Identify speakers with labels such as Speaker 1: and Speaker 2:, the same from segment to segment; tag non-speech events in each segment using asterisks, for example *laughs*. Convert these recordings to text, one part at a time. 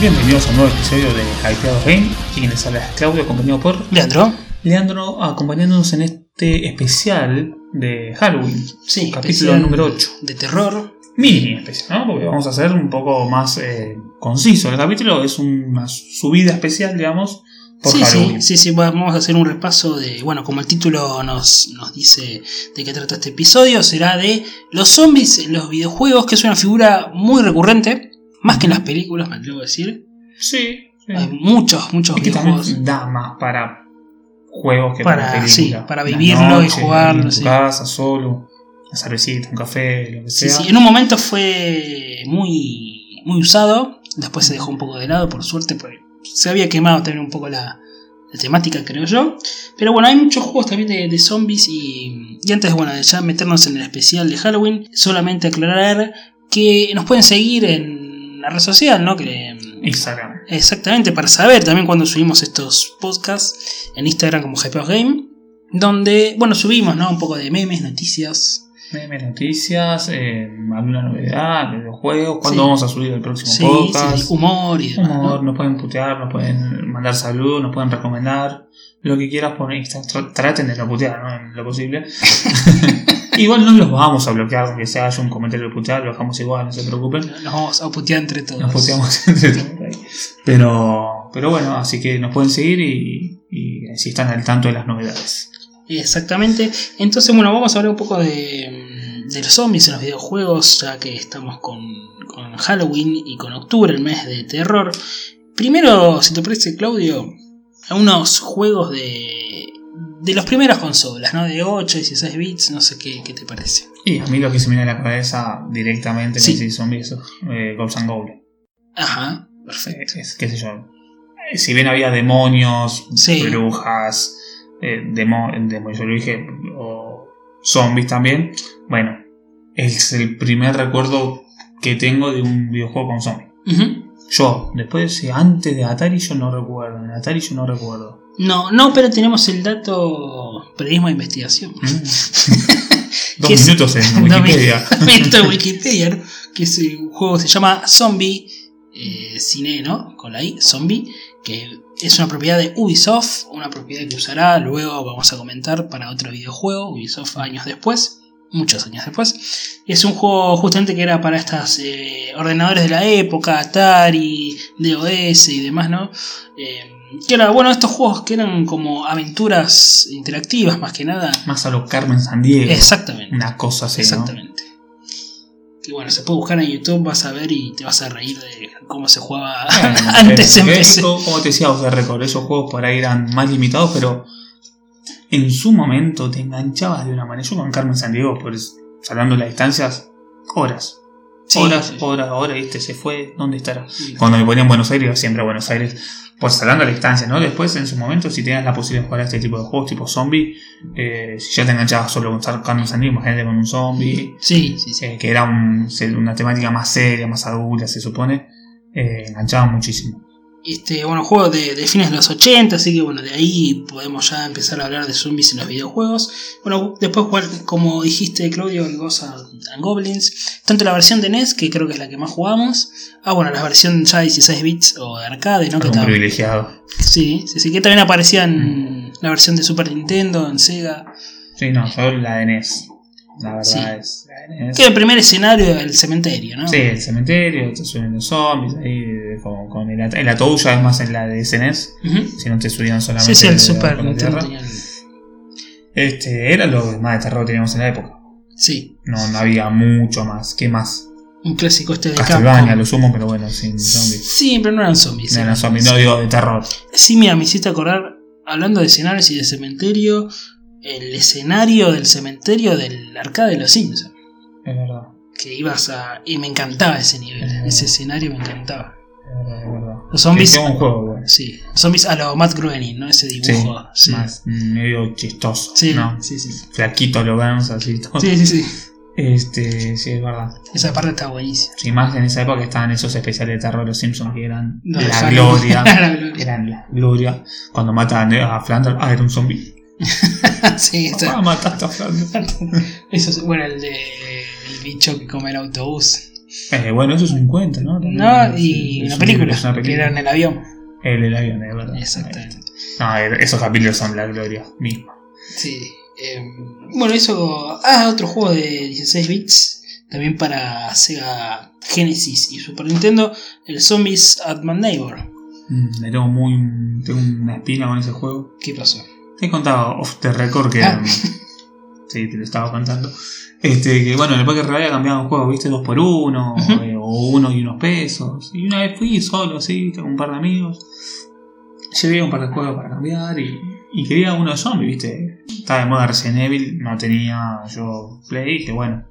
Speaker 1: bienvenidos a un nuevo episodio de Hypeados Game. Quien les habla es Claudio, acompañado por
Speaker 2: Leandro.
Speaker 1: Leandro, acompañándonos en este especial de Halloween.
Speaker 2: Sí,
Speaker 1: capítulo
Speaker 2: especial
Speaker 1: número 8.
Speaker 2: De terror.
Speaker 1: Mini especial, ¿no? Porque vamos a hacer un poco más eh, conciso. El capítulo es una subida especial, digamos, por
Speaker 2: Sí, sí,
Speaker 1: Halloween.
Speaker 2: sí, sí, vamos a hacer un repaso de, bueno, como el título nos, nos dice de qué trata este episodio, será de los zombies en los videojuegos, que es una figura muy recurrente, más que en las películas, me atrevo a decir.
Speaker 1: Sí, sí.
Speaker 2: Hay muchos, muchos
Speaker 1: Es que
Speaker 2: videojuegos.
Speaker 1: también da más para juegos que para,
Speaker 2: Para-
Speaker 1: película.
Speaker 2: sí, para
Speaker 1: Las
Speaker 2: vivirlo y
Speaker 1: noches,
Speaker 2: jugarlo,
Speaker 1: En tu
Speaker 2: sí.
Speaker 1: casa, solo, una cervecita, un café, lo que
Speaker 2: Sí,
Speaker 1: sea.
Speaker 2: sí, en un momento fue muy, muy usado, después se dejó un poco de lado, por suerte, porque se había quemado también un poco la, la temática, creo yo. Pero bueno, hay muchos juegos también de, de zombies y, y antes, bueno, de ya meternos en el especial de Halloween, solamente aclarar que nos pueden seguir en la red social, ¿no? Que,
Speaker 1: Instagram.
Speaker 2: Exactamente, para saber también cuando subimos estos podcasts en Instagram como Hypeos Game, donde, bueno, subimos, ¿no? Un poco de memes, noticias,
Speaker 1: Meme noticias, eh, alguna novedad, videojuegos, cuándo
Speaker 2: Sí.
Speaker 1: vamos a subir el próximo
Speaker 2: sí,
Speaker 1: podcast.
Speaker 2: sí, humor y demás. ¿no?
Speaker 1: Humor, nos pueden putear, nos pueden mandar salud, nos pueden recomendar, lo que quieras por Insta. Tr- Traten de no putear, ¿no? En lo
Speaker 2: *laughs*
Speaker 1: posible. igual no los vamos a bloquear, aunque se haya un comentario de putear, lo dejamos igual, no se preocupen.
Speaker 2: Nos vamos a putear entre todos.
Speaker 1: Nos puteamos *laughs* entre todos. Pero, pero bueno, así que nos pueden seguir y, y si están al tanto de las novedades.
Speaker 2: Exactamente. Entonces, bueno, vamos a hablar un poco de, de los zombies en los videojuegos, ya que estamos con, con Halloween y con octubre, el mes de terror. Primero, si te parece, Claudio, a unos juegos de, de las primeras consolas, ¿no? De 8, 16 bits, no sé qué, qué te parece.
Speaker 1: Y a mí lo que se me viene a la cabeza directamente,
Speaker 2: Sí.
Speaker 1: no sé si son esos, eh, Ghosts and Goblins.
Speaker 2: Ajá, perfecto.
Speaker 1: es- qué sé yo. Eh, Si bien había demonios,
Speaker 2: Sí.
Speaker 1: brujas, eh, demo- demonios, yo lo dije, o zombies también, bueno, es el primer recuerdo que tengo de un videojuego con zombies.
Speaker 2: Ujú.
Speaker 1: Yo, después, si antes de Atari yo no recuerdo, en Atari yo no
Speaker 2: *laughs*
Speaker 1: recuerdo.
Speaker 2: No, no, pero tenemos el dato periodismo de investigación.
Speaker 1: Mm. Dos
Speaker 2: ¿Qué es?
Speaker 1: minutos
Speaker 2: *laughs*
Speaker 1: en Wikipedia.
Speaker 2: Esto de Wikipedia, ¿no? que es eh, un juego que se llama Zombie eh, Cine, ¿no? Con la I, Zombie, que es una propiedad de Ubisoft, una propiedad que usará, luego vamos a comentar para otro videojuego, Ubisoft años después, muchos años después. Es un juego justamente que era para estas eh, ordenadores de la época, Atari, DOS y demás, ¿no? Eh, que era, bueno, estos juegos que eran como aventuras interactivas más que nada.
Speaker 1: Más a lo Carmen Sandiego.
Speaker 2: Exactamente.
Speaker 1: Una cosa así, ¿no?
Speaker 2: Exactamente. Que bueno, se puede buscar en YouTube, vas a ver y te vas a reír de cómo se jugaba *laughs*
Speaker 1: Bueno,
Speaker 2: antes
Speaker 1: pero,
Speaker 2: en
Speaker 1: ¿qué?
Speaker 2: PC.
Speaker 1: Co- Como te decía, de Record, esos juegos por ahí eran más limitados, pero en su momento te enganchabas de una manera. Yo con Carmen Sandiego, por es- salvando las distancias, horas.
Speaker 2: Sí,
Speaker 1: horas,
Speaker 2: sí.
Speaker 1: horas, horas, viste, se fue, ¿dónde estará?
Speaker 2: Sí.
Speaker 1: Cuando me ponía en Buenos Aires, iba siempre a Buenos Aires, por salvando la distancia, ¿no? Después, en su momento, si tenías la posibilidad de jugar a este tipo de juegos, tipo zombie, eh, si ya te enganchabas solo con Sar- Carmen Sandiego, imagínate con un zombie,
Speaker 2: Sí, sí, sí.
Speaker 1: eh, que era un- una temática más seria, más adulta, se supone, eh, enganchaba muchísimo.
Speaker 2: Este, bueno, juego de, de fines de los 80, así que bueno, de ahí podemos ya empezar a hablar de zombies en los videojuegos. Bueno, después jugar, como dijiste Claudio, el Ghosts and Goblins, tanto la versión de NES, que creo que es la que más jugamos, ah bueno, la versión ya 16 bits o de arcade, ¿no? Que
Speaker 1: Algún
Speaker 2: estaba-
Speaker 1: privilegiado.
Speaker 2: sí, sí, sí, que también aparecía en la versión de Super Nintendo, en Sega.
Speaker 1: Sí, no, yo la de NES. La verdad
Speaker 2: Sí.
Speaker 1: es la de NES.
Speaker 2: Que era el primer escenario del cementerio, ¿no?
Speaker 1: Sí, el cementerio, te suben los zombies, ahí eh, con, con el, at- el ataúd ya es más en la de SNES,
Speaker 2: Ujú.
Speaker 1: si no te subían solamente
Speaker 2: Sí, sí, el
Speaker 1: con
Speaker 2: Super
Speaker 1: la
Speaker 2: Nintendo
Speaker 1: tierra.
Speaker 2: tenía el-
Speaker 1: Este, era lo que más de terror teníamos en la época.
Speaker 2: Sí,
Speaker 1: No, no había mucho más. ¿Qué más?
Speaker 2: un clásico este de
Speaker 1: Castlevania,
Speaker 2: Capcom.
Speaker 1: lo sumo, pero bueno, sin zombies.
Speaker 2: Sí, pero no eran zombies.
Speaker 1: no
Speaker 2: eran
Speaker 1: eran zombies, no digo de terror.
Speaker 2: Sí, mira, me hiciste acordar, hablando de escenarios y de cementerio, el escenario del cementerio del arcade de los Simpsons.
Speaker 1: Es verdad,
Speaker 2: Que ibas a... Y me encantaba ese nivel, ese escenario me encantaba.
Speaker 1: es verdad, es verdad.
Speaker 2: Los
Speaker 1: Que
Speaker 2: zombies...
Speaker 1: sea un juego, bueno.
Speaker 2: Sí, zombies a lo Matt Groening, ¿no? Ese
Speaker 1: Sí,
Speaker 2: dibujo. Sí,
Speaker 1: más medio chistoso,
Speaker 2: sí,
Speaker 1: ¿no?
Speaker 2: sí, sí.
Speaker 1: Flaquito lo vemos así todo.
Speaker 2: Sí, sí, sí.
Speaker 1: Este, sí, es verdad.
Speaker 2: Esa parte está buenísima.
Speaker 1: Sí, más en esa época estaban esos especiales de terror de los Simpsons que eran
Speaker 2: No,
Speaker 1: la
Speaker 2: dejaron-
Speaker 1: gloria.
Speaker 2: *laughs* la gloria.
Speaker 1: eran la gloria. Cuando matan a Flanders, ah, era un zombie.
Speaker 2: sí, está-
Speaker 1: Ah, mataste a Flanders.
Speaker 2: Eso es, bueno, el de el bicho que come el autobús.
Speaker 1: Eh, bueno, eso es un cuento, ¿no? También
Speaker 2: No,
Speaker 1: es-
Speaker 2: y
Speaker 1: Ah, es
Speaker 2: una
Speaker 1: un-
Speaker 2: película,
Speaker 1: es una
Speaker 2: que
Speaker 1: película.
Speaker 2: era en el avión.
Speaker 1: El del avión, de verdad.
Speaker 2: Exactamente.
Speaker 1: No, esos capítulos son la gloria misma.
Speaker 2: Sí. em, bueno, eso. Ah, otro juego de 16 bits. También para Sega Genesis y Super Nintendo. El Zombies at My Neighbor.
Speaker 1: Mm, Me tengo muy. Tengo una espina con ese juego.
Speaker 2: ¿Qué pasó?
Speaker 1: Te he contado off the record que.
Speaker 2: Ah.
Speaker 1: mm, *laughs* sí, te lo estaba contando. Este, que bueno, en el Poker Real había cambiado un juego, viste, dos por uno,
Speaker 2: Ujú.
Speaker 1: eh, o uno y unos pesos. Y una vez fui solo, así, viste, con un par de amigos. Llevé un par de juegos para cambiar y, y quería uno de zombies, viste. Estaba de moda Resident Evil, no tenía yo play, y dije, bueno,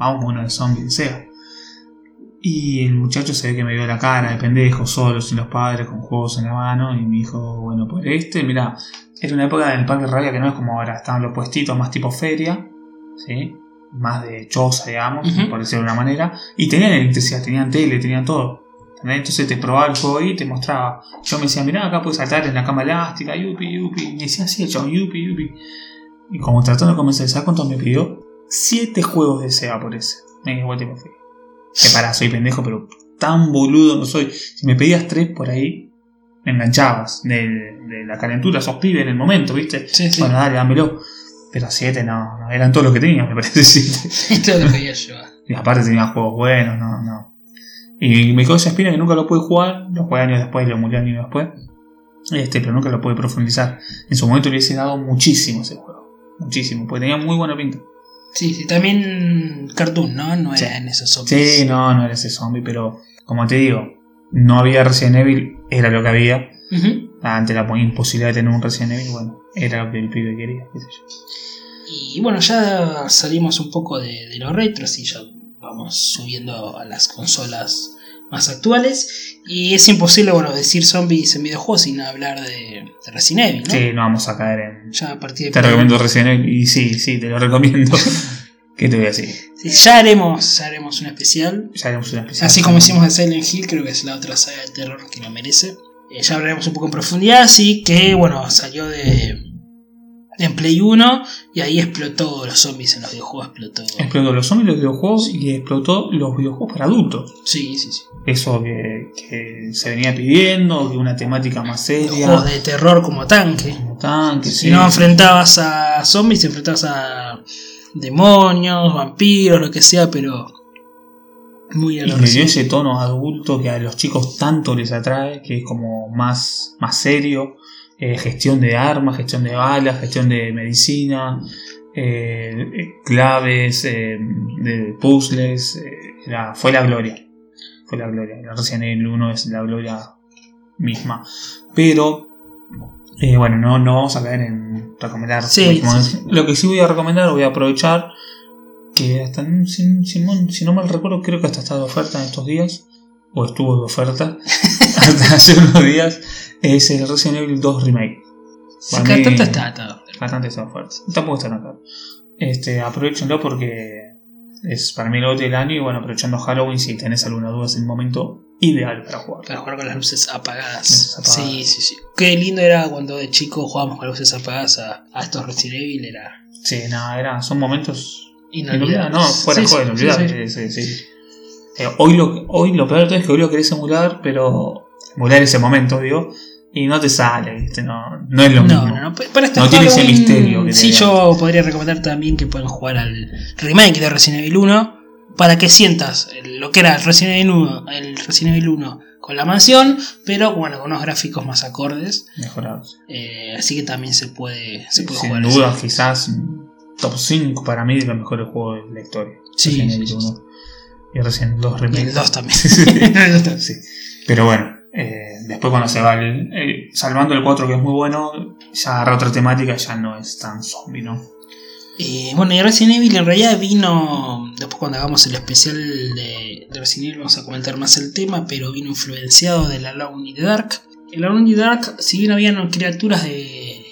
Speaker 1: vamos con uno de zombies de Sega. Y el muchacho se ve que me vio la cara de pendejo, solo, sin los padres, con juegos en la mano, y me dijo, bueno, por este, mirá, era una época del parque Raya que no es como ahora, estaban los puestitos más tipo feria, ¿sí? más de choza, digamos,
Speaker 2: Ujú.
Speaker 1: por decirlo de una manera, y tenían electricidad, tenían tele, tenían todo. ¿entendés? Entonces te probaba el juego ahí y te mostraba. Yo me decía, mirá, acá puedes saltar en la cama elástica, yupi, yupi. Y me decía, sí, el chabón, yupi, yupi. Y como tratando de convencer, cuánto me pidió? Siete juegos de Sega por ese. Me dije, what the fuck. Que pará, soy pendejo, pero tan boludo no soy. Si me pedías tres por ahí, me enganchabas de, de la calentura, sos pibe en el momento, ¿viste?
Speaker 2: Sí,
Speaker 1: *laughs*
Speaker 2: sí.
Speaker 1: Bueno, dale, dámelo. Pero siete no, no, eran todos los que tenía, me parece *laughs* siete.
Speaker 2: Esto lo podía llevar.
Speaker 1: Y aparte tenía juegos buenos, no, no. Y me quedó esa espina que nunca lo pude jugar, lo jugué años después, lo murió años después. Este, pero nunca lo pude profundizar. En su momento le hubiese dado muchísimo ese juego. Muchísimo, porque tenía muy buena pinta.
Speaker 2: Sí, sí. También Cartoon, ¿no? No
Speaker 1: Sí.
Speaker 2: era en esos zombies.
Speaker 1: Sí, no, no era ese zombie, pero como te digo, no había Resident Evil, era lo que había.
Speaker 2: Ujú.
Speaker 1: Ante la imposibilidad de tener un Resident Evil, bueno, era lo que el pibe quería, qué sé yo.
Speaker 2: Y bueno, ya salimos un poco de, de los retros y ya vamos subiendo a las consolas más actuales. Y es imposible, bueno, decir zombies en videojuegos sin hablar de, de Resident Evil, ¿no?
Speaker 1: Sí, no vamos a caer en
Speaker 2: Ya a partir de
Speaker 1: Te recomiendo Resident Evil. Y sí, sí, te lo *laughs* recomiendo. ¿Qué te voy a decir?
Speaker 2: Sí, ya haremos, ya haremos un especial.
Speaker 1: Ya haremos una especial.
Speaker 2: Así como hicimos de Silent Hill, creo que es la otra saga de terror que lo merece. Eh, ya hablaremos un poco en profundidad, sí, que bueno, salió de, de en Play 1 y ahí explotó los zombies en los videojuegos, explotó.
Speaker 1: Explotó los zombies, los videojuegos y explotó los videojuegos para adultos.
Speaker 2: Sí, sí, sí.
Speaker 1: Eso que, que se venía pidiendo, que una temática más seria.
Speaker 2: Juegos de terror como tanque.
Speaker 1: Como tanque,
Speaker 2: Si
Speaker 1: sí.
Speaker 2: no enfrentabas a zombies, te enfrentabas a demonios, vampiros, lo que sea, pero muy a
Speaker 1: Y
Speaker 2: lo
Speaker 1: le dio
Speaker 2: reciente.
Speaker 1: ese tono adulto que a los chicos tanto les atrae, que es como más, más serio, eh, gestión de armas, gestión de balas, gestión de medicina, eh, eh, claves, eh, de puzzles, eh, era- fue la gloria, fue la gloria, El Resident Evil 1 es la gloria misma, pero eh, bueno, no, no vamos a caer en recomendar
Speaker 2: Sí,
Speaker 1: como-
Speaker 2: sí, sí.
Speaker 1: lo que sí voy a recomendar, voy a aprovechar que hasta si, si no- si no mal recuerdo, creo que hasta está de oferta en estos días, o estuvo de
Speaker 2: *laughs*
Speaker 1: oferta hasta hace unos días, es el Resident Evil 2 Remake.
Speaker 2: Sí,
Speaker 1: para
Speaker 2: cada
Speaker 1: mí-
Speaker 2: tanto está, está.
Speaker 1: Bastante está de oferta, tampoco está tan caro. Este, aprovechenlo porque es para mí el otro del año y bueno, aprovechando Halloween, si tenés alguna duda, es el momento ideal para jugar.
Speaker 2: Para jugar con las luces apagadas.
Speaker 1: Luces apagadas.
Speaker 2: Sí, sí, sí. Qué lindo era cuando de chico jugábamos con las luces apagadas a, a estos Resident Evil, era
Speaker 1: Sí, nada, era, son momentos
Speaker 2: inolvidable.
Speaker 1: Inolvidable, no, fuera de
Speaker 2: Sí,
Speaker 1: juego,
Speaker 2: sí,
Speaker 1: inolvidable,
Speaker 2: sí, sí.
Speaker 1: sí, sí, sí. Eh, hoy, lo, hoy lo peor de todo es que hoy lo querés emular, pero emular ese momento, digo, y no te sale, ¿viste? No, no es lo
Speaker 2: No,
Speaker 1: mismo.
Speaker 2: no, no, para este
Speaker 1: No tiene ese
Speaker 2: Halloween,
Speaker 1: misterio que
Speaker 2: Sí,
Speaker 1: tenía
Speaker 2: yo podría recomendar también que puedan jugar al remake de Resident Evil 1 para que sientas lo que era el Resident Evil 1, el Resident Evil 1 con la mansión, pero bueno, con unos gráficos más acordes.
Speaker 1: Mejorado.
Speaker 2: eh, así que también se puede, se puede
Speaker 1: Sin
Speaker 2: jugar.
Speaker 1: duda, quizás un top 5 para mí de los mejores juegos de la historia.
Speaker 2: Sí,
Speaker 1: Resident
Speaker 2: sí,
Speaker 1: Evil
Speaker 2: sí,
Speaker 1: 1. Y recién 2
Speaker 2: Y
Speaker 1: remakes.
Speaker 2: el 2 también. *laughs*
Speaker 1: Sí. Pero bueno, eh, después cuando se va el, eh, salvando el 4 que es muy bueno, ya agarra otra temática y ya no es tan zombie, ¿no?
Speaker 2: Eh, bueno, y Resident Evil en realidad vino, después cuando hagamos el especial de, de Resident Evil vamos a comentar más el tema, pero vino influenciado de la Alone in the Dark. El Alone in the Dark, si bien habían criaturas de,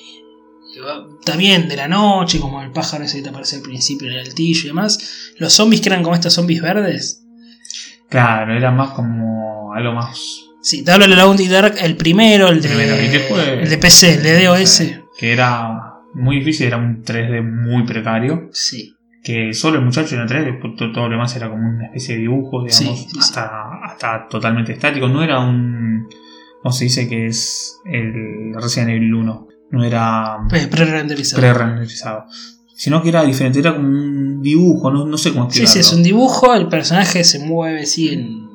Speaker 2: de va- también de la noche, como el pájaro ese que te aparece al principio en el altillo y demás, los zombies que eran como estos zombies verdes.
Speaker 1: Claro, era más como algo más
Speaker 2: Sí, te hablo del Alone in the Dark, el primero, el de,
Speaker 1: Primero, y después-
Speaker 2: el de PC, el de DOS.
Speaker 1: que era muy difícil, era un 3D muy precario.
Speaker 2: Sí.
Speaker 1: que solo el muchacho era 3D, to- todo lo demás era como una especie de dibujo, digamos,
Speaker 2: Sí, sí, sí.
Speaker 1: Hasta, hasta totalmente estático. No era un. ¿Cómo se dice que es el Resident Evil 1? No era
Speaker 2: Pues, Pre-renderizado.
Speaker 1: pre-renderizado, sino que era diferente, era como un dibujo, no, no sé cómo
Speaker 2: Sí,
Speaker 1: explicarlo.
Speaker 2: sí, es un dibujo, el personaje se mueve sí en,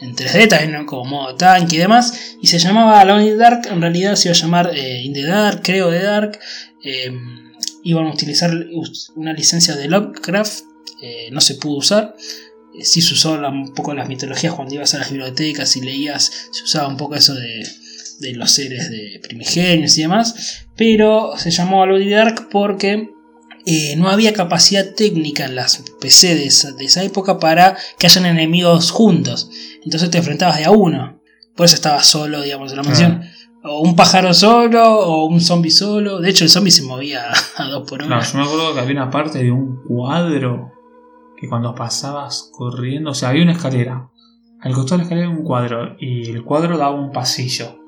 Speaker 2: en 3D, también ¿no? como modo tanque y demás. Y se llamaba Alone in the Dark, en realidad se iba a llamar eh, In the Dark, creo The Dark. eh, iban a utilizar us- una licencia de Lovecraft, eh, no se pudo usar. Eh, Sí se usó la- un poco las mitologías cuando ibas a las bibliotecas y leías, se usaba un poco eso de, de los seres de primigenios y demás. Pero se llamó Alone in the Dark porque eh, no había capacidad técnica en las PC de esa, de esa época para que hayan enemigos juntos. Entonces te enfrentabas de a uno. Por eso estabas solo, digamos, en la mansión. O un pájaro solo, o un zombie solo. De hecho, el zombie se movía *laughs* a dos por uno.
Speaker 1: Claro, yo me acuerdo que había una parte de un cuadro que cuando pasabas corriendo, o sea, había una escalera. Al costado de la escalera había un cuadro y el cuadro daba un pasillo.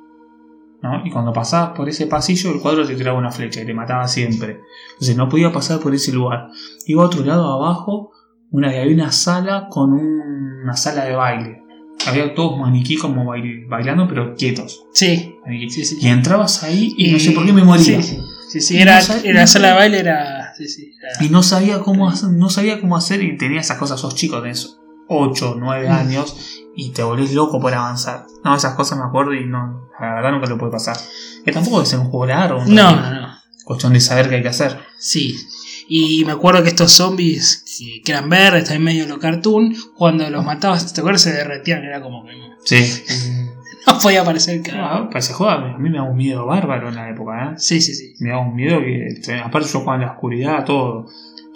Speaker 1: ¿no? Y cuando pasabas por ese pasillo, el cuadro te tiraba una flecha y te mataba siempre. Entonces no podía pasar por ese lugar. Iba a otro lado abajo, una, y había una sala con un- una sala de baile. Había todos maniquí como bail- bailando, pero quietos.
Speaker 2: Sí,
Speaker 1: Maniquí.
Speaker 2: sí, sí.
Speaker 1: Y entrabas ahí y, no sé por qué me moría.
Speaker 2: Sí, sí, sí, era,
Speaker 1: No sé-
Speaker 2: era sala de baile, era. Sí, sí, era-
Speaker 1: Y no sabía cómo hacer, no sabía cómo hacer y tenía esas cosas, sos chico, tenés 8, 9
Speaker 2: Mm.
Speaker 1: años y te volvés loco por avanzar. No, esas cosas me acuerdo y no, la verdad nunca lo pude pasar. Que tampoco es un juego largo, en
Speaker 2: No,
Speaker 1: realidad.
Speaker 2: no, no.
Speaker 1: Cuestión de saber qué hay que hacer.
Speaker 2: Sí. Y me acuerdo que estos zombies que- que eran verdes, también medio lo cartoon, cuando los matabas, ¿te acuerdas? Se derretían, era como que no
Speaker 1: Sí.
Speaker 2: *laughs* podía
Speaker 1: Ah.
Speaker 2: aparecer el cara.
Speaker 1: para ese juego a mí me da un miedo bárbaro en la época, ¿eh?
Speaker 2: Sí, sí, sí.
Speaker 1: Me da un miedo que, te- aparte yo jugaba en la oscuridad, todo. Re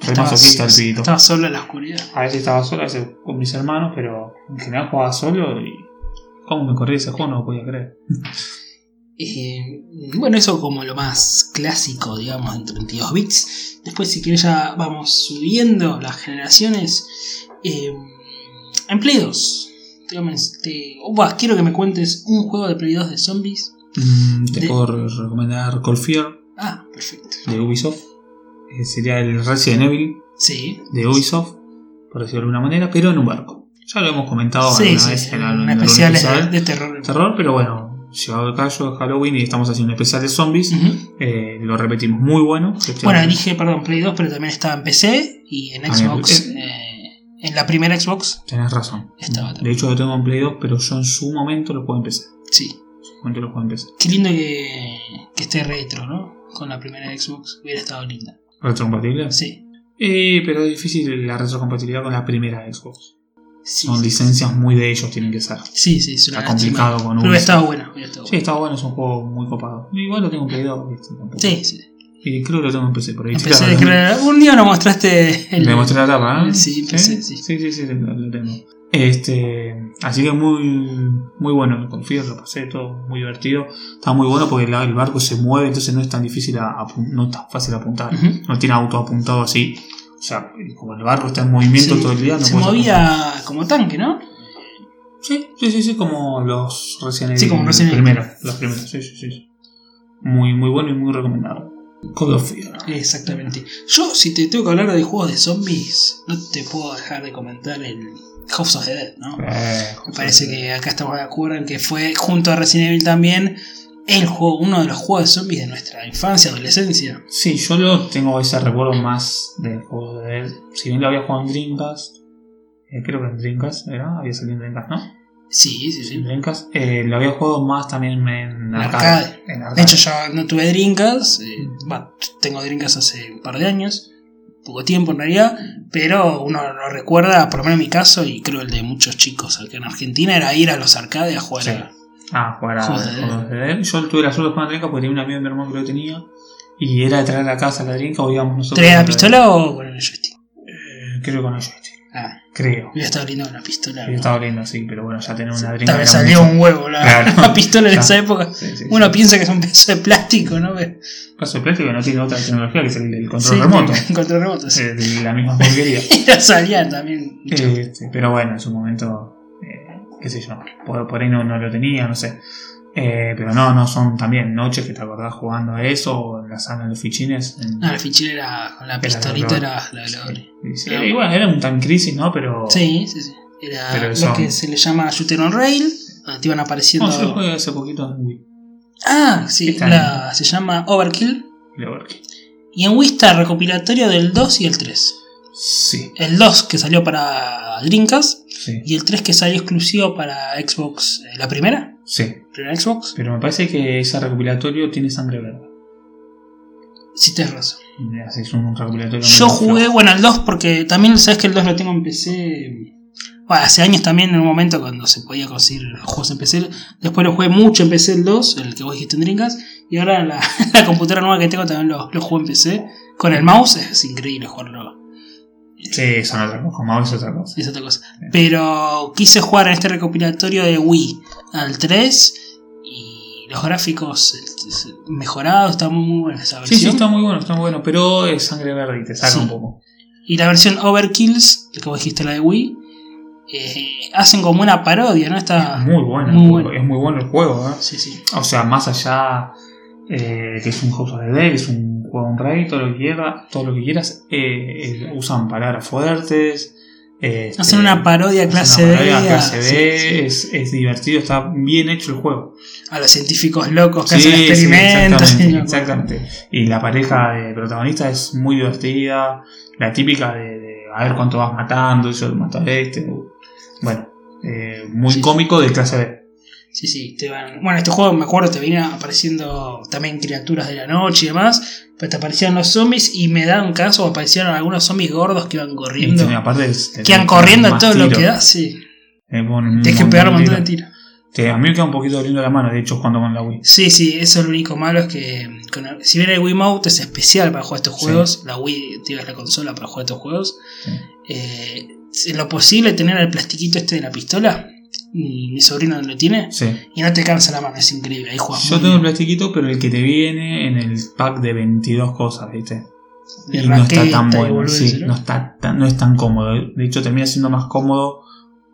Speaker 2: Estaba,
Speaker 1: masoquista el pibito.
Speaker 2: estaba solo en la oscuridad.
Speaker 1: A veces estaba solo, a veces con mis hermanos, pero en general jugaba solo y... ¿Cómo me corrí ese juego? No lo podía creer.
Speaker 2: Eh, bueno, eso como lo más clásico, digamos, en 32 bits. Después, si querés, ya vamos subiendo las generaciones. Eh, en Play 2. Dígame, este, oh, bah, quiero que me cuentes un juego de Play 2 de zombies.
Speaker 1: Mm, te
Speaker 2: De-
Speaker 1: puedo re- recomendar Cold Fear
Speaker 2: Ah, perfecto.
Speaker 1: de Ubisoft. Eh, sería el Resident Evil
Speaker 2: Sí.
Speaker 1: de Ubisoft, por decirlo de alguna manera, pero en un barco. Ya lo hemos comentado
Speaker 2: Sí,
Speaker 1: alguna
Speaker 2: sí,
Speaker 1: vez en la- en
Speaker 2: un
Speaker 1: la
Speaker 2: especial de,
Speaker 1: especial
Speaker 2: de terror.
Speaker 1: de terror, pero bueno, llegado el caso de Halloween y estamos haciendo un especial de zombies.
Speaker 2: Ujú.
Speaker 1: eh, lo repetimos, muy bueno.
Speaker 2: Bueno, dije, perdón, Play 2, pero también estaba en PC y en
Speaker 1: Ah,
Speaker 2: Xbox.
Speaker 1: bien.
Speaker 2: eh, en la primera Xbox
Speaker 1: Tenés razón.
Speaker 2: estaba
Speaker 1: De
Speaker 2: también.
Speaker 1: hecho, lo tengo en Play 2, pero yo en su momento lo puedo empezar.
Speaker 2: Sí.
Speaker 1: En su momento lo puedo empezar.
Speaker 2: Qué lindo que, que esté retro, ¿no? Con la primera Xbox hubiera estado linda.
Speaker 1: ¿Retrocompatible?
Speaker 2: Sí.
Speaker 1: Eh, pero es difícil la retrocompatibilidad con la primera Xbox.
Speaker 2: Sí,
Speaker 1: Son
Speaker 2: sí,
Speaker 1: licencias muy de ellos, tienen que ser.
Speaker 2: sí, sí, es una
Speaker 1: Está
Speaker 2: lástima.
Speaker 1: complicado con
Speaker 2: Pero hubiera
Speaker 1: Ubisoft.
Speaker 2: estado buena. Hubiera estado
Speaker 1: Sí, está bueno, es un juego muy copado. Igual lo tengo en Play 2, ¿viste? Tampoco.
Speaker 2: buena. Sí, sí.
Speaker 1: Y creo que lo tengo en PC, por ahí.
Speaker 2: Empecé
Speaker 1: Claro,
Speaker 2: a creer- Un día nos mostraste el.
Speaker 1: Le mostré la tapa, ¿eh?
Speaker 2: Sí, empecé, sí.
Speaker 1: Sí, sí, sí, lo, lo tengo. Este, así que muy, muy bueno, confío, lo pasé todo muy divertido. Está muy bueno porque la- el barco se mueve, entonces no es tan difícil, a- apu- no es tan fácil apuntar.
Speaker 2: Ujú.
Speaker 1: No tiene auto apuntado así. O sea, como el barco está en movimiento
Speaker 2: Sí,
Speaker 1: todo el día, no
Speaker 2: se
Speaker 1: puedes
Speaker 2: movía
Speaker 1: apuntar.
Speaker 2: como tanque, ¿no?
Speaker 1: Sí, sí, sí, sí, como los recién
Speaker 2: Sí, como Resident Evil.
Speaker 1: primeros, los primeros, sí, sí, sí. Muy, muy bueno y muy recomendado. Call of Fear.
Speaker 2: Exactamente. Yo, si te tengo que hablar de juegos de zombies, no te puedo dejar de comentar el House of the Dead, ¿no?
Speaker 1: Eh,
Speaker 2: Me parece que acá estamos de acuerdo en que fue, junto a Resident Evil también, el juego, uno de los juegos de zombies de nuestra infancia, adolescencia.
Speaker 1: Sí, yo lo tengo ese recuerdo más del juego de Dead. Si bien lo había jugado en Dreamcast, eh, creo que en Dreamcast era, había salido en Dreamcast, ¿no?
Speaker 2: Sí, sí, sí.
Speaker 1: En Dreamcast, eh, lo había jugado más también en arcade.
Speaker 2: arcade.
Speaker 1: En arcade.
Speaker 2: De hecho, yo no tuve drinkas. eh, tengo drinkas hace un par de años. Poco tiempo en realidad. Pero uno lo recuerda, por lo menos en mi caso, y creo el de muchos chicos acá en Argentina, era ir a los arcades a jugar
Speaker 1: Sí.
Speaker 2: a-
Speaker 1: Ah, jugar a
Speaker 2: Juegos de Dead.
Speaker 1: juegos de Dead. Yo tuve la suerte de jugar a Dreamcast porque tenía un amigo de mi hermano que lo tenía. Y era de traer a la casa la Dreamcast o íbamos nosotros.
Speaker 2: ¿Tenés
Speaker 1: a
Speaker 2: la
Speaker 1: la-
Speaker 2: pistola o con el joystick?
Speaker 1: Eh, creo que con el joystick.
Speaker 2: Ah,
Speaker 1: Creo.
Speaker 2: hubiera estado lindo con la pistola.
Speaker 1: Yo
Speaker 2: ¿no?
Speaker 1: Estaba lindo, sí, pero bueno, ya tener una
Speaker 2: Tal
Speaker 1: Dreamcast.
Speaker 2: vez
Speaker 1: era
Speaker 2: salió
Speaker 1: mucho.
Speaker 2: un huevo la,
Speaker 1: Claro.
Speaker 2: *laughs* la pistola en
Speaker 1: Ya.
Speaker 2: esa época.
Speaker 1: Sí, sí,
Speaker 2: Uno
Speaker 1: sí.
Speaker 2: piensa que es un pedazo de plástico, ¿no?
Speaker 1: Caso de plástico no tiene otra tecnología que es el, el control
Speaker 2: Sí,
Speaker 1: remoto.
Speaker 2: *laughs* Control remoto, sí.
Speaker 1: Eh, de la misma
Speaker 2: *laughs*
Speaker 1: porquería.
Speaker 2: Era salían también.
Speaker 1: Este, pero bueno, en su momento, eh, qué sé yo, por, por ahí no, no lo tenía, no sé. Eh, pero no, no son también noches que te acordás jugando a eso o en la sala de los fichines. en-
Speaker 2: No, el fichín era Ah, con la
Speaker 1: Era
Speaker 2: pistolita,
Speaker 1: la
Speaker 2: era la de la gloria.
Speaker 1: Sí, sí. Eh, Igual era un tan crisis, ¿no? Pero.
Speaker 2: Sí, sí, sí. Era
Speaker 1: Oh. Pero
Speaker 2: lo
Speaker 1: son-
Speaker 2: que se le llama Shooter on Rail, donde te iban apareciendo.
Speaker 1: No, yo lo jugué hace poquito en Wii.
Speaker 2: ah, sí,
Speaker 1: Está
Speaker 2: la- se llama Overkill.
Speaker 1: y la verdad que-
Speaker 2: Y en Wii está recopilatorio del 2 y el 3.
Speaker 1: Sí,
Speaker 2: El 2 que salió para Dreamcast
Speaker 1: sí,
Speaker 2: y el 3 que salió exclusivo para Xbox, eh, la primera,
Speaker 1: sí.
Speaker 2: primera Xbox.
Speaker 1: Pero me parece que ese recopilatorio tiene sangre verde.
Speaker 2: Sí, tenés razón.
Speaker 1: Es un recopilatorio.
Speaker 2: Yo
Speaker 1: medio
Speaker 2: jugué,
Speaker 1: flojo.
Speaker 2: bueno, el 2 porque también sabes que el 2 lo tengo en PC. Bueno, hace años también, en un momento cuando se podía conseguir juegos en PC. Después lo jugué mucho en PC el 2, el que vos dijiste en Dreamcast. Y ahora la, *laughs* la computadora nueva que tengo también lo, lo juego en PC. Con el mouse es increíble jugarlo.
Speaker 1: Sí, son otra cosa. Como es otra cosa.
Speaker 2: es otra cosa. Pero quise jugar en este recopilatorio de Wii al 3 y los gráficos eh, mejorados, está muy, muy buena esa
Speaker 1: Sí,
Speaker 2: versión.
Speaker 1: sí, está muy bueno, está muy bueno. Pero es sangre verde y te saca
Speaker 2: Sí.
Speaker 1: un poco.
Speaker 2: Y la versión Overkills, que vos dijiste la de Wii, eh, hacen como una parodia, ¿no? Está
Speaker 1: Muy bueno,
Speaker 2: Muy
Speaker 1: el
Speaker 2: bueno.
Speaker 1: juego, es muy bueno el juego. ¿eh?
Speaker 2: Sí, sí.
Speaker 1: O sea, más allá eh, que es un House of the Dead, es un juego un rey, todo lo que quieras, todo lo que quieras eh, eh, usan palabras fuertes. eh,
Speaker 2: Hacen
Speaker 1: este,
Speaker 2: una parodia
Speaker 1: hacen
Speaker 2: clase
Speaker 1: una
Speaker 2: B.
Speaker 1: parodia
Speaker 2: a-
Speaker 1: clase B,
Speaker 2: sí, sí.
Speaker 1: Es, es divertido, está bien hecho el juego.
Speaker 2: A los científicos locos que
Speaker 1: Sí,
Speaker 2: hacen
Speaker 1: sí,
Speaker 2: experimentos.
Speaker 1: exactamente,
Speaker 2: y-
Speaker 1: exactamente. Y la pareja de protagonista es muy divertida, la típica de, de a ver cuánto vas matando, yo mato a este. Bueno, eh, muy
Speaker 2: Sí.
Speaker 1: cómico de clase B.
Speaker 2: Sí, sí, te van- Bueno, este juego me acuerdo, te venía apareciendo también criaturas de la noche y demás, pero te aparecían los zombies y me dan caso, aparecieron algunos zombies gordos que iban
Speaker 1: Y
Speaker 2: corriendo.
Speaker 1: tiene- aparte es-
Speaker 2: Que iban
Speaker 1: tenés
Speaker 2: corriendo a
Speaker 1: más
Speaker 2: todo lo
Speaker 1: tiro.
Speaker 2: que da, sí.
Speaker 1: Te ponen un
Speaker 2: Tienes que pegar un montón de
Speaker 1: tiros.
Speaker 2: tiros.
Speaker 1: Te- a mí me queda un poquito doliendo la mano, de hecho, cuando con la Wii.
Speaker 2: Sí, sí, eso es lo único malo, es que con el- si bien el Wiimote es especial para jugar estos
Speaker 1: Sí.
Speaker 2: juegos, la Wii tío, es la consola para jugar estos juegos,
Speaker 1: Sí.
Speaker 2: eh, en lo posible tener el plastiquito este de la pistola, mm, mi, mi sobrino lo tiene,
Speaker 1: Sí.
Speaker 2: y no te cansa la mano, es increíble, ahí juegas
Speaker 1: Yo
Speaker 2: muy
Speaker 1: tengo el
Speaker 2: bien.
Speaker 1: plastiquito, pero el que te viene en el pack de 22 cosas, ¿viste?
Speaker 2: De
Speaker 1: Y no está
Speaker 2: raqueta
Speaker 1: tan
Speaker 2: y
Speaker 1: bueno,
Speaker 2: boludeces,
Speaker 1: sí,
Speaker 2: ¿no?
Speaker 1: no, está tan, no es tan cómodo. De hecho, termina siendo más cómodo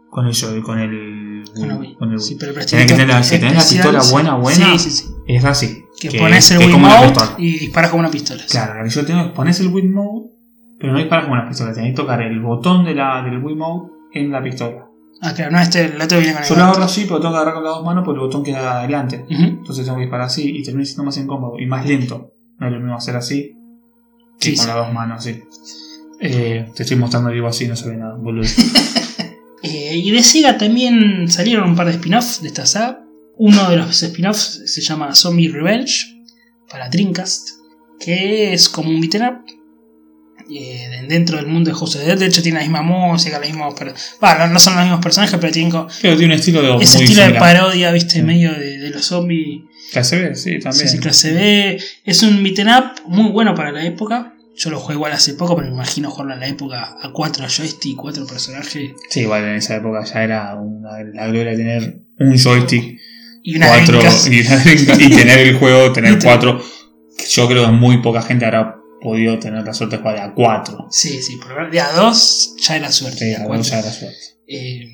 Speaker 1: con el joy- con el,
Speaker 2: Con la Wii.
Speaker 1: con el
Speaker 2: Sí,
Speaker 1: Wii.
Speaker 2: pero el
Speaker 1: Tenés que
Speaker 2: plastiquito
Speaker 1: tener la- si tenés la
Speaker 2: especial,
Speaker 1: pistola
Speaker 2: sí.
Speaker 1: buena, buena,
Speaker 2: Sí, sí, sí.
Speaker 1: es así.
Speaker 2: Que, pones el
Speaker 1: que es como una
Speaker 2: Wiimote
Speaker 1: pistola.
Speaker 2: y disparas como una pistola. sí.
Speaker 1: Claro, la que yo tengo es pones el Wii Mode, pero no disparas con una pistola. Tenés que tocar el botón de la, del Wii Mode en la pistola.
Speaker 2: Ah, claro, no, este, el otro viene con el
Speaker 1: Yo lo
Speaker 2: gato.
Speaker 1: agarro así, pero tengo que agarrar con las dos manos porque el botón queda adelante.
Speaker 2: Ujú.
Speaker 1: Entonces tengo que disparar así y termina siendo más incómodo y más lento. No es lo mismo hacer así que
Speaker 2: Sí,
Speaker 1: con
Speaker 2: sí.
Speaker 1: las dos manos, sí. Eh, te estoy mostrando algo así, no se ve nada, boludo. *laughs*
Speaker 2: Eh, y de Sega también salieron un par de spin-offs de esta saga. Uno de los spin-offs se llama Zombie Revenge para Dreamcast, que es como un beat'em up eh, dentro del mundo de House of the Dead. De hecho, tiene la misma música, los mismos. per- Bueno, no son los mismos personajes, pero tienen co-
Speaker 1: Pero tiene un estilo de
Speaker 2: ese
Speaker 1: muy
Speaker 2: estilo de
Speaker 1: similar.
Speaker 2: parodia, ¿viste?
Speaker 1: Sí.
Speaker 2: medio de, de los zombies.
Speaker 1: Clase B, sí, también.
Speaker 2: Sí, sí, clase B. Es un beat'em up muy bueno para la época. Yo lo jugué igual hace poco, pero me imagino jugarlo en la época a cuatro joystick, cuatro personajes.
Speaker 1: Sí, igual en esa época ya era una, la gloria de tener un joystick,
Speaker 2: Y una
Speaker 1: cuatro,
Speaker 2: Dreamcast.
Speaker 1: y, una Dreamcast, y tener el juego, tener
Speaker 2: Y te-
Speaker 1: cuatro. Yo creo que muy poca gente habrá podido tener la suerte de jugar a cuatro.
Speaker 2: Sí, sí, por ver, de a dos ya era suerte.
Speaker 1: Sí,
Speaker 2: de a
Speaker 1: a
Speaker 2: cuatro.
Speaker 1: dos ya era suerte.
Speaker 2: Eh,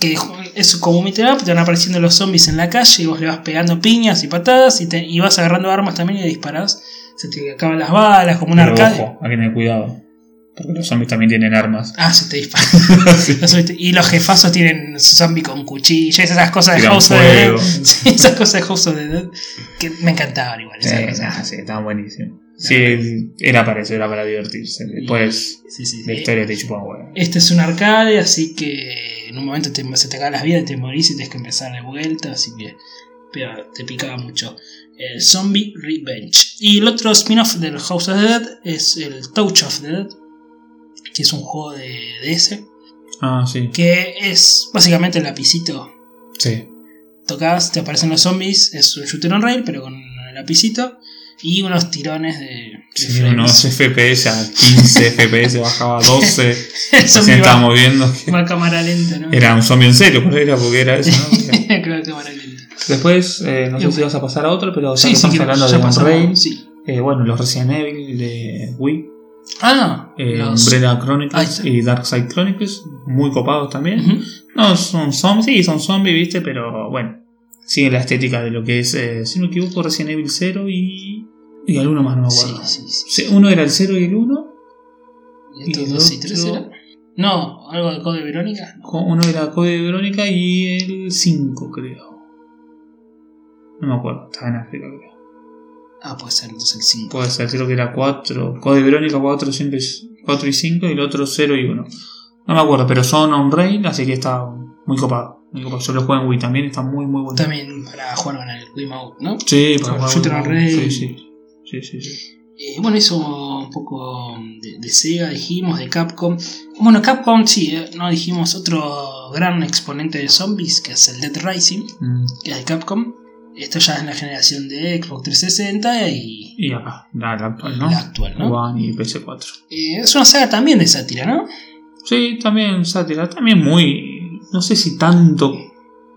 Speaker 2: que ju- es como un beat'em up, te van apareciendo los zombies en la calle y vos le vas pegando piñas y patadas y, te- y vas agarrando armas también y disparás. Se te acaban las balas, como un
Speaker 1: Pero
Speaker 2: arcade.
Speaker 1: ojo, hay que tener cuidado. Porque los zombies también tienen
Speaker 2: *laughs*
Speaker 1: armas.
Speaker 2: Ah, se te
Speaker 1: *laughs*
Speaker 2: dispara. Los viste- y los jefazos tienen zombie con cuchillas, esas cosas de
Speaker 1: Tiran
Speaker 2: House of the Dead. *laughs*
Speaker 1: fuego.
Speaker 2: Sí, esas cosas de House of the Dead que me encantaban igual.
Speaker 1: Sí,
Speaker 2: Esas cosas.
Speaker 1: nah, sí, estaban buenísimos. Sí, era para eso, era para divertirse. Después
Speaker 2: Sí, sí, sí.
Speaker 1: la historia te chupa un huevo.
Speaker 2: Este es un arcade, así que en un momento te- se te acaban las vidas, te morís y tienes que empezar de vuelta, así que pero te picaba mucho. El Zombie Revenge. Y el otro spin-off del House of the Dead es el Touch of the Dead, que es un juego de DS,
Speaker 1: Ah, sí.
Speaker 2: que es básicamente el lapicito.
Speaker 1: Sí.
Speaker 2: Tocas, te aparecen los zombies, es un shooter on rail, pero con el lapicito y unos tirones de... de
Speaker 1: Sí,
Speaker 2: frames.
Speaker 1: unos FPS a 15 FPS, bajaba a 12.
Speaker 2: *laughs* el
Speaker 1: Se
Speaker 2: zombie
Speaker 1: estaba
Speaker 2: va,
Speaker 1: moviendo.
Speaker 2: va a cámara lenta, ¿no?
Speaker 1: Era un zombie en serio, por ahí era porque era eso, ¿no?
Speaker 2: *laughs* Creo que a cámara lenta.
Speaker 1: Después, eh, no sé si vas a pasar a otro, pero ya que estamos
Speaker 2: quiero-
Speaker 1: hablando
Speaker 2: ya
Speaker 1: de
Speaker 2: pasamos,
Speaker 1: Unreal,
Speaker 2: sí.
Speaker 1: eh, bueno, los Resident Evil de Wii,
Speaker 2: Ah,
Speaker 1: eh,
Speaker 2: los-
Speaker 1: Umbrella
Speaker 2: Ahí
Speaker 1: Chronicles
Speaker 2: está.
Speaker 1: y Darkseid Chronicles, muy copados también.
Speaker 2: Ujú.
Speaker 1: No, son zombies, sí, son zombies, viste, pero bueno. sigue la estética de lo que es, eh, si no me equivoco, Resident Evil 0 y, y alguno más, no me
Speaker 2: Sí,
Speaker 1: acuerdo.
Speaker 2: sí, sí.
Speaker 1: Sí, Uno era el 0 y el 1,
Speaker 2: ¿Y estos
Speaker 1: y el
Speaker 2: dos y tres
Speaker 1: otro-
Speaker 2: era? No, algo de Code Verónica.
Speaker 1: co- uno era Code Verónica y el 5, creo. No me acuerdo, estaba en África, creo.
Speaker 2: Ah, puede ser entonces el 5.
Speaker 1: Puede ser, creo que era 4. Code Verónica 4, siempre es 4 y 5 y el otro 0 y 1. No me acuerdo, pero son on-rail, así que está muy copado. Muy copado. Yo lo juego en Wii también, está muy, muy bueno.
Speaker 2: También para jugar con el Wiimote, ¿no?
Speaker 1: Sí,
Speaker 2: Con
Speaker 1: jugar
Speaker 2: Shooter
Speaker 1: Wii.
Speaker 2: on-rail.
Speaker 1: Sí, sí. Sí, sí, sí.
Speaker 2: Eh, bueno, eso un poco de, de Sega, dijimos, de Capcom. Bueno, Capcom sí, eh, no dijimos otro gran exponente de zombies, que es el Dead Rising,
Speaker 1: Mm.
Speaker 2: que es de Capcom. Esto ya es la generación de Xbox 360 y
Speaker 1: Y acá, la, la actual, ¿no?
Speaker 2: la actual, ¿no?
Speaker 1: One y PC4.
Speaker 2: Eh, es una saga también de sátira, ¿no?
Speaker 1: Sí, también sátira, también muy. No sé si tanto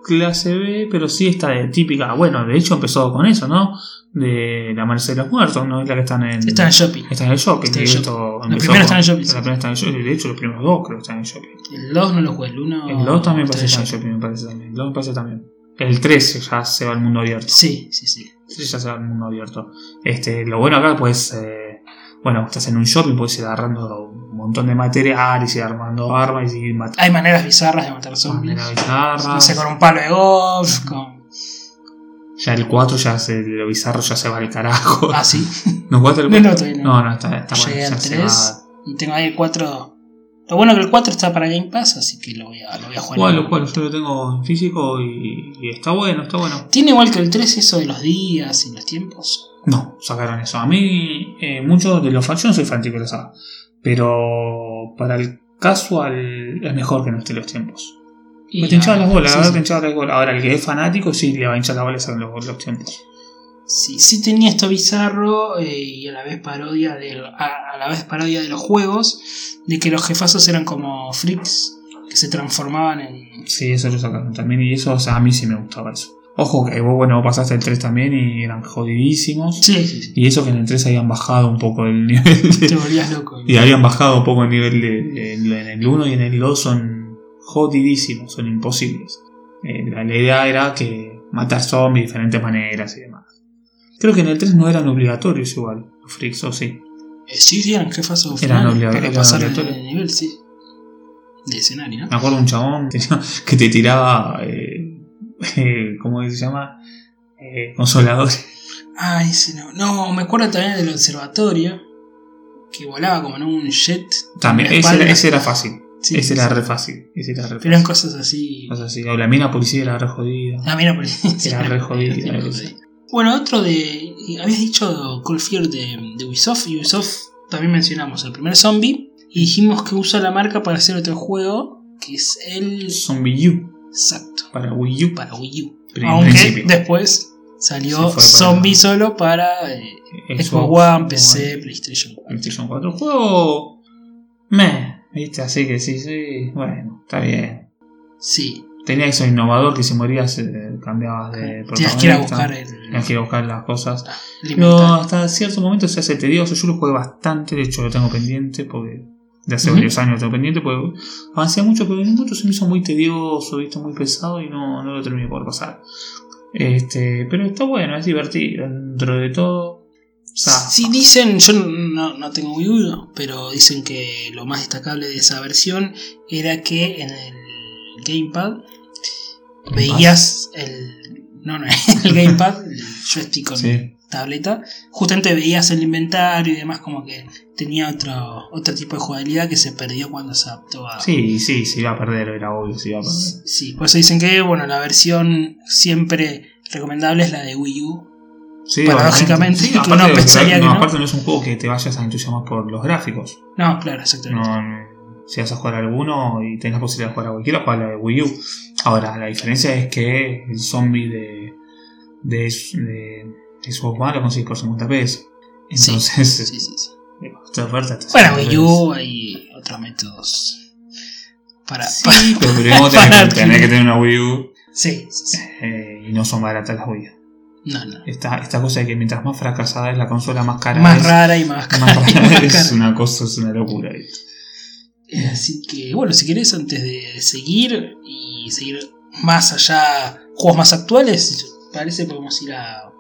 Speaker 1: clase B, pero sí está de típica. Bueno, de hecho empezó con eso, ¿no? De la Merced de los Muertos, ¿no? Es la que están en.
Speaker 2: Está en shopping.
Speaker 1: está en el shopping.
Speaker 2: está en
Speaker 1: y
Speaker 2: el
Speaker 1: esto
Speaker 2: Los
Speaker 1: empezó
Speaker 2: primeros
Speaker 1: con-
Speaker 2: están en shopping,
Speaker 1: Ah, La
Speaker 2: sí.
Speaker 1: primera está en el shopping. De hecho, los primeros dos creo que están en el shopping.
Speaker 2: El 2 no lo jugué, el 1.
Speaker 1: el 2 también parece que Ah, está en el shopping, me parece también. El 2 me parece también. El 3 ya se va al mundo abierto.
Speaker 2: Sí, sí, sí.
Speaker 1: Sí, ya sea el mundo abierto. Este, lo bueno acá, pues, eh, bueno, estás en un shopping, puedes ir agarrando un montón de materiales, ir armando armas y ir matando
Speaker 2: Hay maneras bizarras de matar zombies.
Speaker 1: las
Speaker 2: No sé,
Speaker 1: bizarras.
Speaker 2: con un palo de golf, con.
Speaker 1: Ya el 4 ya se, lo bizarro ya se va al carajo. *laughs*
Speaker 2: Ah, sí.
Speaker 1: ¿No jugaste el
Speaker 2: No,
Speaker 1: 4?
Speaker 2: no, todavía no.
Speaker 1: No, no, está, está bueno.
Speaker 2: Llegué
Speaker 1: ya
Speaker 2: al
Speaker 1: se
Speaker 2: 3
Speaker 1: va.
Speaker 2: y tengo ahí el 4. Lo bueno que el 4 está para Game Pass, así que lo voy a, lo voy a jugar.
Speaker 1: Bueno, bueno, yo lo tengo en físico y, y está bueno, está bueno.
Speaker 2: ¿Tiene igual que el 3 eso de los días y los tiempos?
Speaker 1: No, sacaron eso. A mí, eh, muchos de los fans, yo no soy fan de la saga, pero para el casual es mejor que no esté los tiempos. Me te hinchaba las bolas,
Speaker 2: ah, sí,
Speaker 1: la verdad te
Speaker 2: sí.
Speaker 1: hinchaba las bolas. Ahora, el que es fanático sí le va a hinchar las bolas en los, los tiempos.
Speaker 2: Sí, sí tenía esto bizarro eh, y a la vez parodia de, a, a la vez parodia de los juegos, de que los jefazos eran como freaks que se transformaban en...
Speaker 1: Sí, eso lo sacaron también. Y eso, o sea, a mí sí me gustaba eso. Ojo que vos, bueno, vos pasaste el 3 también y eran jodidísimos.
Speaker 2: Sí, sí, sí.
Speaker 1: Y eso que en el 3 habían bajado un poco el nivel.
Speaker 2: Te
Speaker 1: de-
Speaker 2: volvías loco.
Speaker 1: y habían bajado un poco el nivel de, en- en el 1 y en el 2 son jodidísimos, son imposibles. Eh, la, la idea era que matar zombies de diferentes maneras y demás. Creo que en el 3 no eran obligatorios igual, los freaks, o sí.
Speaker 2: Eh, sí, sí, eran jefazos
Speaker 1: Eran
Speaker 2: finales
Speaker 1: obligatorios,
Speaker 2: para
Speaker 1: eran
Speaker 2: pasar el,
Speaker 1: obligatorios.
Speaker 2: nivel, sí. De escenario, ¿no?
Speaker 1: Me acuerdo de un chabón que, que te tiraba. Eh, *laughs* eh, ¿Cómo se llama? Eh, consoladores.
Speaker 2: Ay, sí, Ah, no. No, me acuerdo también del observatorio. Que volaba como en un jet.
Speaker 1: También,
Speaker 2: Con
Speaker 1: ese
Speaker 2: la
Speaker 1: era,
Speaker 2: espalda.
Speaker 1: ese era fácil.
Speaker 2: Sí,
Speaker 1: ese
Speaker 2: sí,
Speaker 1: era
Speaker 2: sí.
Speaker 1: re fácil. Ese era re
Speaker 2: Pero eran
Speaker 1: fácil.
Speaker 2: cosas así.
Speaker 1: O sea, sí, o la mina policía era re jodida.
Speaker 2: Ah, mira, por sí,
Speaker 1: Era re jodido,
Speaker 2: era
Speaker 1: era
Speaker 2: re
Speaker 1: eso.
Speaker 2: jodido. Bueno, otro de. Habías dicho Coldfield de, de Ubisoft. Y Ubisoft también mencionamos el primer zombie. Y dijimos que usa la marca para hacer otro juego. Que es el.
Speaker 1: Zombie U
Speaker 2: Exacto.
Speaker 1: para Wii U.
Speaker 2: Para Wii U.
Speaker 1: Pero en
Speaker 2: Aunque
Speaker 1: principio.
Speaker 2: después
Speaker 1: Se
Speaker 2: salió
Speaker 1: fue para-
Speaker 2: Zombie solo para eh, Xbox One, PC, PlayStation 4.
Speaker 1: PlayStation 4. Juego. Meh. ¿Viste? Así que sí, sí. Bueno, está bien.
Speaker 2: Sí.
Speaker 1: Tenía eso innovador que si morías eh, cambiabas de
Speaker 2: Tenías que ir a
Speaker 1: protagonista.
Speaker 2: buscar el.
Speaker 1: Tenías que ir a buscar las cosas.
Speaker 2: el
Speaker 1: Pero
Speaker 2: inventario.
Speaker 1: hasta cierto momento se hace tedioso. Yo lo jugué bastante, de hecho lo tengo pendiente porque de hace
Speaker 2: Ujú.
Speaker 1: varios años lo tengo pendiente porque avancé mucho, pero en un momento se me hizo muy tedioso, visto muy pesado y no, no lo terminé por pasar. Este, pero está bueno, es divertido dentro de todo. zafa.
Speaker 2: Sí, dicen, yo no, no tengo Wii U, pero dicen que lo más destacable de esa versión era que en el Gamepad veías el. No, *laughs* no, el Gamepad, el joystick con
Speaker 1: Sí.
Speaker 2: tableta, justamente veías el inventario y demás, como que tenía otro, otro tipo de jugabilidad que se perdió cuando se adaptó a.
Speaker 1: sí, sí, se iba a perder, era obvio, se iba a perder.
Speaker 2: Sí, por eso dicen que, bueno, la versión siempre recomendable es la de Wii U,
Speaker 1: Sí,
Speaker 2: Paradójicamente,
Speaker 1: obviamente.
Speaker 2: que
Speaker 1: aparte
Speaker 2: *laughs* uno
Speaker 1: de los
Speaker 2: pensaría
Speaker 1: gra-
Speaker 2: que
Speaker 1: no,
Speaker 2: no.
Speaker 1: Aparte no es un juego que te vayas a entusiasmar por los gráficos.
Speaker 2: No, claro, exactamente.
Speaker 1: No, no. si vas a jugar a alguno y tenés la posibilidad de jugar a cualquiera, juega la de Wii U. Ahora, la diferencia es que el zombie de, de, de, de Xbox One lo conseguís por 50 pesos.
Speaker 2: Sí,
Speaker 1: Entonces, *laughs*
Speaker 2: Sí, sí, sí.
Speaker 1: te oferta. te
Speaker 2: Para
Speaker 1: 50
Speaker 2: Wii U hay otros métodos. Para,
Speaker 1: pesos.
Speaker 2: para- *laughs*
Speaker 1: Sí, pero primero
Speaker 2: para
Speaker 1: tenés, que- tenés
Speaker 2: adquirir.
Speaker 1: que tener una Wii U
Speaker 2: sí, sí, sí.
Speaker 1: eh, y no son baratas las Wii U.
Speaker 2: No, no.
Speaker 1: Esta, esta cosa de que mientras más fracasada es la consola, más cara
Speaker 2: Más
Speaker 1: es.
Speaker 2: rara y más cara.
Speaker 1: más
Speaker 2: *laughs* y
Speaker 1: rara
Speaker 2: más
Speaker 1: es
Speaker 2: cara.
Speaker 1: una cosa, es una locura.
Speaker 2: Eh, Así que, bueno, si querés, antes de seguir y seguir más allá, juegos más actuales, parece podemos ir a, a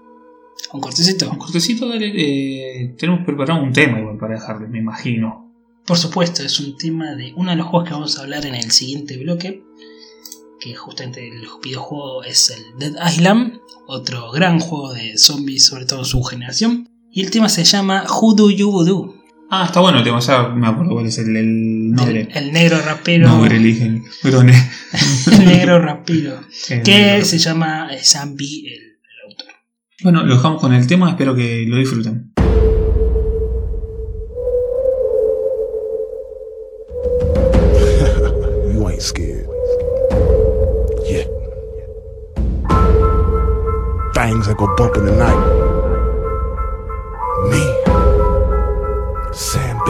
Speaker 2: un cortecito.
Speaker 1: Con cortecito, dale, eh, tenemos preparado un tema igual para dejarles, me imagino.
Speaker 2: Por supuesto, es un tema de uno de los juegos que vamos a hablar en el siguiente bloque, que justamente el videojuego es el Dead Island, otro gran juego de zombies, sobre todo en su generación. Y el tema se llama Who Do You Voodoo?
Speaker 1: Ah, está bueno el tema, ya me acuerdo cuál es el, el
Speaker 2: El,
Speaker 1: nombre.
Speaker 2: el negro rapero.
Speaker 1: Nombre eligen. Perdón, eh.
Speaker 2: *laughs*
Speaker 1: *laughs*
Speaker 2: el negro rapero.
Speaker 1: El
Speaker 2: que
Speaker 1: nombre.
Speaker 2: se llama eh, Sam B, el, el autor.
Speaker 1: Bueno, lo dejamos con el tema, espero que lo disfruten.
Speaker 3: You ain't scared. Yeah. Things that go bump in the night. Me. Sam B.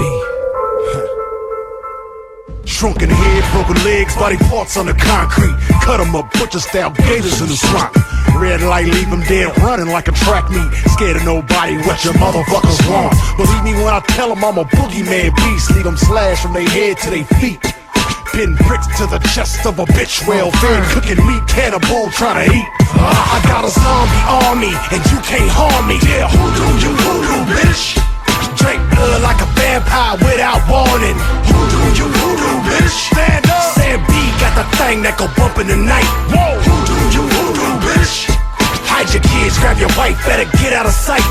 Speaker 3: *laughs* Shrunken head, broken legs, body parts on the concrete. Cut 'em up, butcher style, gators in the swamp. Red light, leave 'em dead, running like a track meet. Scared of nobody, what your motherfuckers want. Believe me when I tell 'em I'm a boogeyman beast. Leave 'em slashed from their head to their feet. Pin bricks to the chest of a bitch well fed, cooking meat, cannibal trying to eat. Uh, I got a zombie army, and you can't harm me. Yeah, who do you voodoo, bitch? Drink blood like a vampire without warning. Who do you voodoo, bitch? Stand up. Sam B got the thing that go bump in the night. Whoa. Who do you voodoo, bitch? Hide your kids, grab your wife, better get out of sight.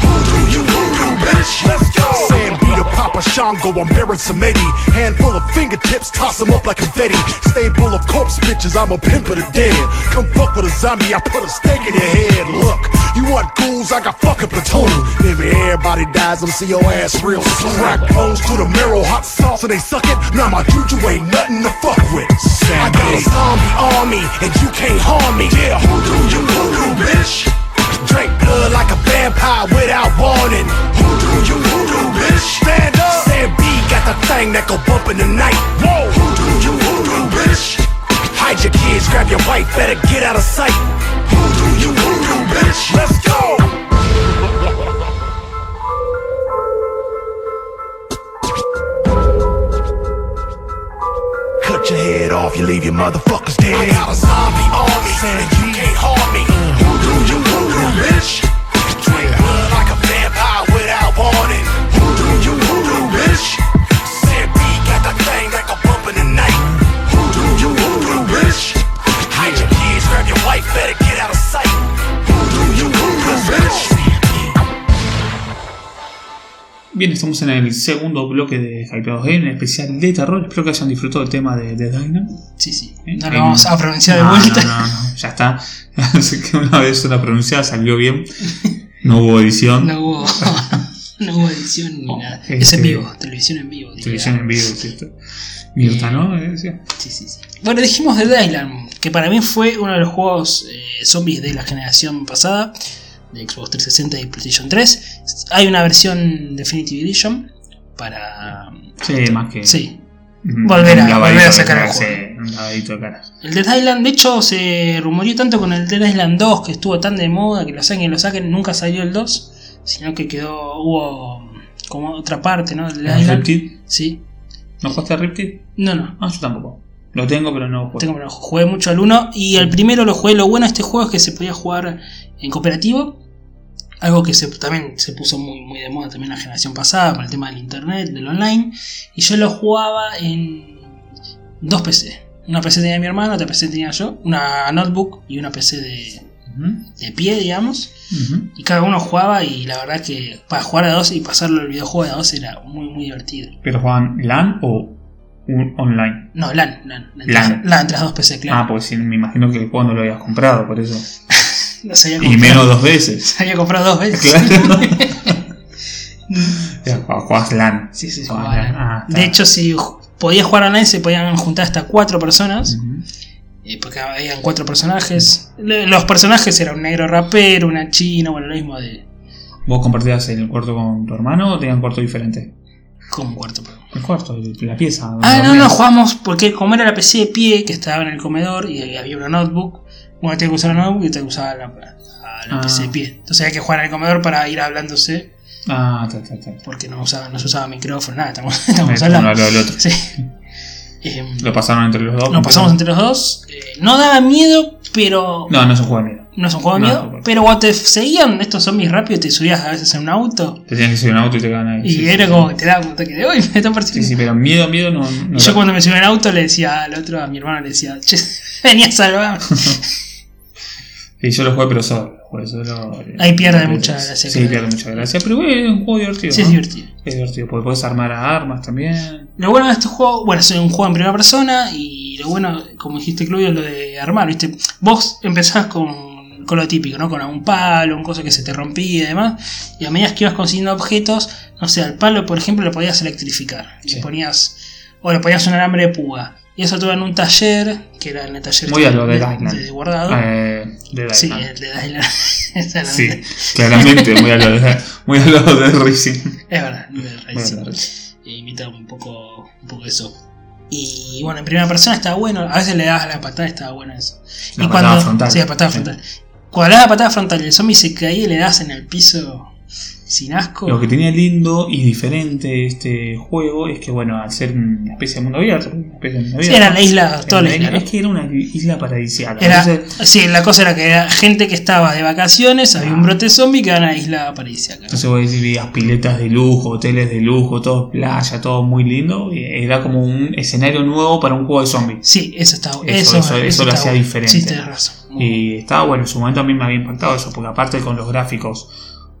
Speaker 3: Who do you voodoo, bitch? Let's go. Sam B the Papa Shango, I'm bearing some Eddie. Handful of fingertips, toss 'em up like confetti. Stable of corpse bitches, I'm a pimp of the dead. Come fuck with a zombie, I put a stake in your head. Look, you want ghouls, I got fucking plutonium. If everybody dies, I'm see your ass real soon. Crack bones to the marrow, hot sauce, and they suck it. Now my juju ain't nothing to fuck with. I got a zombie army, and you can't harm me. Yeah, who do you voodoo, bitch? Drink blood like a vampire without warning. Who do you voodoo, bitch? Stand up. Sam B got the thing that go bump in the night. Whoa, who do you voodoo, bitch? Hide your kids, grab your wife, better get out of sight. Who do you voodoo, bitch? Let's go. Cut your head off, you leave your motherfuckers dead. I got a zombie army, and you can't harm me. Who do you voodoo, bitch? Drink blood like a vampire without warning. Who do you voodoo, bitch? Sam B got the thing that go bump in the night. Who do you voodoo, bitch? Hide your kids, grab your wife, better get out of sight. Who do you voodoo, bitch?
Speaker 1: Bien, estamos en el segundo bloque de Hypeados Game, en especial de terror. Espero que hayan disfrutado el tema de The Dynam.
Speaker 2: Sí, sí.
Speaker 1: ¿Eh?
Speaker 2: No
Speaker 1: Eh,
Speaker 2: lo vamos a pronunciar
Speaker 1: no,
Speaker 2: de vuelta.
Speaker 1: No, no, no, ya está. *laughs* Así que una vez la pronunciada salió bien. No hubo edición.
Speaker 2: *laughs* No, hubo, *laughs* no hubo edición ni
Speaker 1: No,
Speaker 2: nada.
Speaker 1: este-
Speaker 2: es en vivo, televisión en vivo. diría.
Speaker 1: Televisión en vivo, ¿cierto? Mirta, ¿no? Eh, sí.
Speaker 2: Sí, sí, sí. Bueno, dijimos de Dead Island, que para mí fue uno de los juegos eh, zombies de la generación pasada, de Xbox 360 y PlayStation 3. Hay una versión Definitive Edition para...
Speaker 1: Sí, más que.
Speaker 2: Sí.
Speaker 1: Mm,
Speaker 2: Volver a-
Speaker 1: un lavadito
Speaker 2: volver a
Speaker 1: de
Speaker 2: sacar
Speaker 1: cara,
Speaker 2: el juego.
Speaker 1: sí, un lavadito de cara.
Speaker 2: El Dead Island, de hecho, se rumoreó tanto con el Dead Island 2, que estuvo tan de moda, que lo saquen, lo saquen, nunca salió el 2, sino que quedó, hubo como otra parte, ¿no? Del Dead Island.
Speaker 1: ¿Riptide?
Speaker 2: Sí.
Speaker 1: ¿No jugaste a Riptide?
Speaker 2: No, no.
Speaker 1: Ah, yo tampoco. Lo tengo, pero no juego.
Speaker 2: Tengo, bueno, jugué mucho al 1 y al primero lo jugué. Lo bueno de este juego es que se podía jugar en cooperativo. Algo que se, también se puso muy, muy de moda también la generación pasada con el tema del internet, del online. Y yo lo jugaba en dos PC. Una PC tenía mi hermano, otra PC tenía yo. Una notebook y una PC de,
Speaker 1: Ujú,
Speaker 2: de pie, digamos.
Speaker 1: ujú.
Speaker 2: Y cada uno jugaba y la verdad que para jugar a dos y pasarlo el videojuego a dos era muy, muy divertido.
Speaker 1: ¿Pero jugaban LAN o un- online?
Speaker 2: No, LAN, LAN. LAN,
Speaker 1: LAN.
Speaker 2: entre- LAN entre las dos PC, claro.
Speaker 1: Ah, pues sí, me imagino que el juego no lo habías comprado, por eso.
Speaker 2: No sabía
Speaker 1: pues. Y
Speaker 2: *laughs*
Speaker 1: menos dos veces.
Speaker 2: Se había comprado dos veces.
Speaker 1: Claro. Ya, Jugabas LAN.
Speaker 2: Mm. Sí, sí,
Speaker 1: Jugabas
Speaker 2: jugaba.
Speaker 1: LAN. Ah, está.
Speaker 2: de hecho, si ju- podía jugar online, se podían juntar hasta cuatro personas.
Speaker 1: Ujú.
Speaker 2: eh, Porque habían cuatro personajes. Le- Los personajes eran un negro rapero, una china, bueno, lo mismo de.
Speaker 1: ¿Vos compartías el cuarto con tu hermano o tenían cuarto diferente?
Speaker 2: Como cuarto, perdón.
Speaker 1: El cuarto, el- la pieza. donde
Speaker 2: Ah, no,
Speaker 1: dormían.
Speaker 2: no, jugamos porque como era la PC de pie que estaba en el comedor y ahí había una notebook, uno tenía que usar la notebook y otra que usaba la, la- la
Speaker 1: Ah.
Speaker 2: PC de pie. Entonces había que jugar en el comedor para ir hablándose
Speaker 1: Ah, está, está, está.
Speaker 2: porque no, usaba, no se usaba micrófono, nada, estamos, *laughs* estamos
Speaker 1: Esto *laughs*
Speaker 2: hablando.
Speaker 1: no habla del otro.
Speaker 2: Sí. Em,
Speaker 1: Lo pasaron entre los dos.
Speaker 2: nos pasamos entre los dos. Eh, no daba miedo, pero. No,
Speaker 1: No, no es un juego de miedo.
Speaker 2: es un juego de
Speaker 1: No,
Speaker 2: miedo.
Speaker 1: no.
Speaker 2: Pero cuando te seguían estos zombies rápido, te subías a veces en un auto.
Speaker 1: Te tenías que subir a un auto y te quedaban ahí.
Speaker 2: Y
Speaker 1: sí,
Speaker 2: era
Speaker 1: sí,
Speaker 2: como
Speaker 1: sí.
Speaker 2: que te daba cuenta que de hoy me están
Speaker 1: Sí,
Speaker 2: persiguiendo.
Speaker 1: sí, pero miedo, miedo no. no
Speaker 2: Y yo
Speaker 1: da.
Speaker 2: cuando me subí al auto le decía al otro, a mi hermano, le decía, che, *laughs* venía
Speaker 1: *laughs*
Speaker 2: a salvarme.
Speaker 1: Sí, yo lo jugué, pero solo. lo jugué solo, eh,
Speaker 2: Ahí pierde
Speaker 1: pero-
Speaker 2: mucha gracia,
Speaker 1: Sí,
Speaker 2: creo.
Speaker 1: pierde mucha gracia. Pero bueno, es un juego divertido.
Speaker 2: Sí, es
Speaker 1: ¿no?
Speaker 2: divertido.
Speaker 1: Es divertido, porque puedes armar armas también.
Speaker 2: Lo bueno de este juego, bueno, es un juego en primera persona y lo bueno, como dijiste Claudio, es lo de armar, ¿viste? Vos empezás con, con lo típico, ¿no? Con un palo, un cosa que se te rompía y demás, y a medida que ibas consiguiendo objetos, no sé, al palo, por ejemplo, lo podías electrificar,
Speaker 1: Sí.
Speaker 2: le ponías, o le ponías un alambre de púa, y eso todo en un taller, que era en el taller
Speaker 1: Muy a lo de
Speaker 2: de,
Speaker 1: Dylan.
Speaker 2: de guardado.
Speaker 1: Eh, de Dylan.
Speaker 2: Ah. Sí, el *laughs* de Dylan.
Speaker 1: Sí,
Speaker 2: Exactamente.
Speaker 1: claramente, muy a lo de, muy a lo de Racing.
Speaker 2: Es verdad, el de
Speaker 1: Muy a lo
Speaker 2: Racing.
Speaker 1: de Racing.
Speaker 2: e imita un poco, un poco eso. Y bueno, en primera persona está bueno, a veces le dabas la patada, estaba bueno eso.
Speaker 1: La
Speaker 2: y
Speaker 1: patada frontal.
Speaker 2: Sí, la patada
Speaker 1: Sí.
Speaker 2: frontal. Cuando le das la patada frontal y el zombie se caía y le das en el piso sin asco.
Speaker 1: Lo que tenía lindo y diferente este juego es que, bueno, al ser una especie de mundo abierto, una especie de mundo
Speaker 2: Sí,
Speaker 1: abierto,
Speaker 2: era la isla, toda la
Speaker 1: era-
Speaker 2: isla. ¿no?
Speaker 1: es que era una isla paradisíaca.
Speaker 2: Era,
Speaker 1: Entonces, Ah.
Speaker 2: sí, la cosa era que era gente que estaba de vacaciones, había un brote zombie que era una isla paradisíaca.
Speaker 1: Entonces vos decís, veías piletas de lujo, hoteles de lujo, todo playa, todo muy lindo. y Era como un escenario nuevo para un juego de zombies.
Speaker 2: Sí, eso estaba
Speaker 1: Eso- eso- eso lo
Speaker 2: estaba
Speaker 1: hacía
Speaker 2: bueno.
Speaker 1: diferente.
Speaker 2: Sí, tenés razón. Muy bueno.
Speaker 1: Y estaba bueno, en su momento a mí me había impactado eso, porque aparte con los gráficos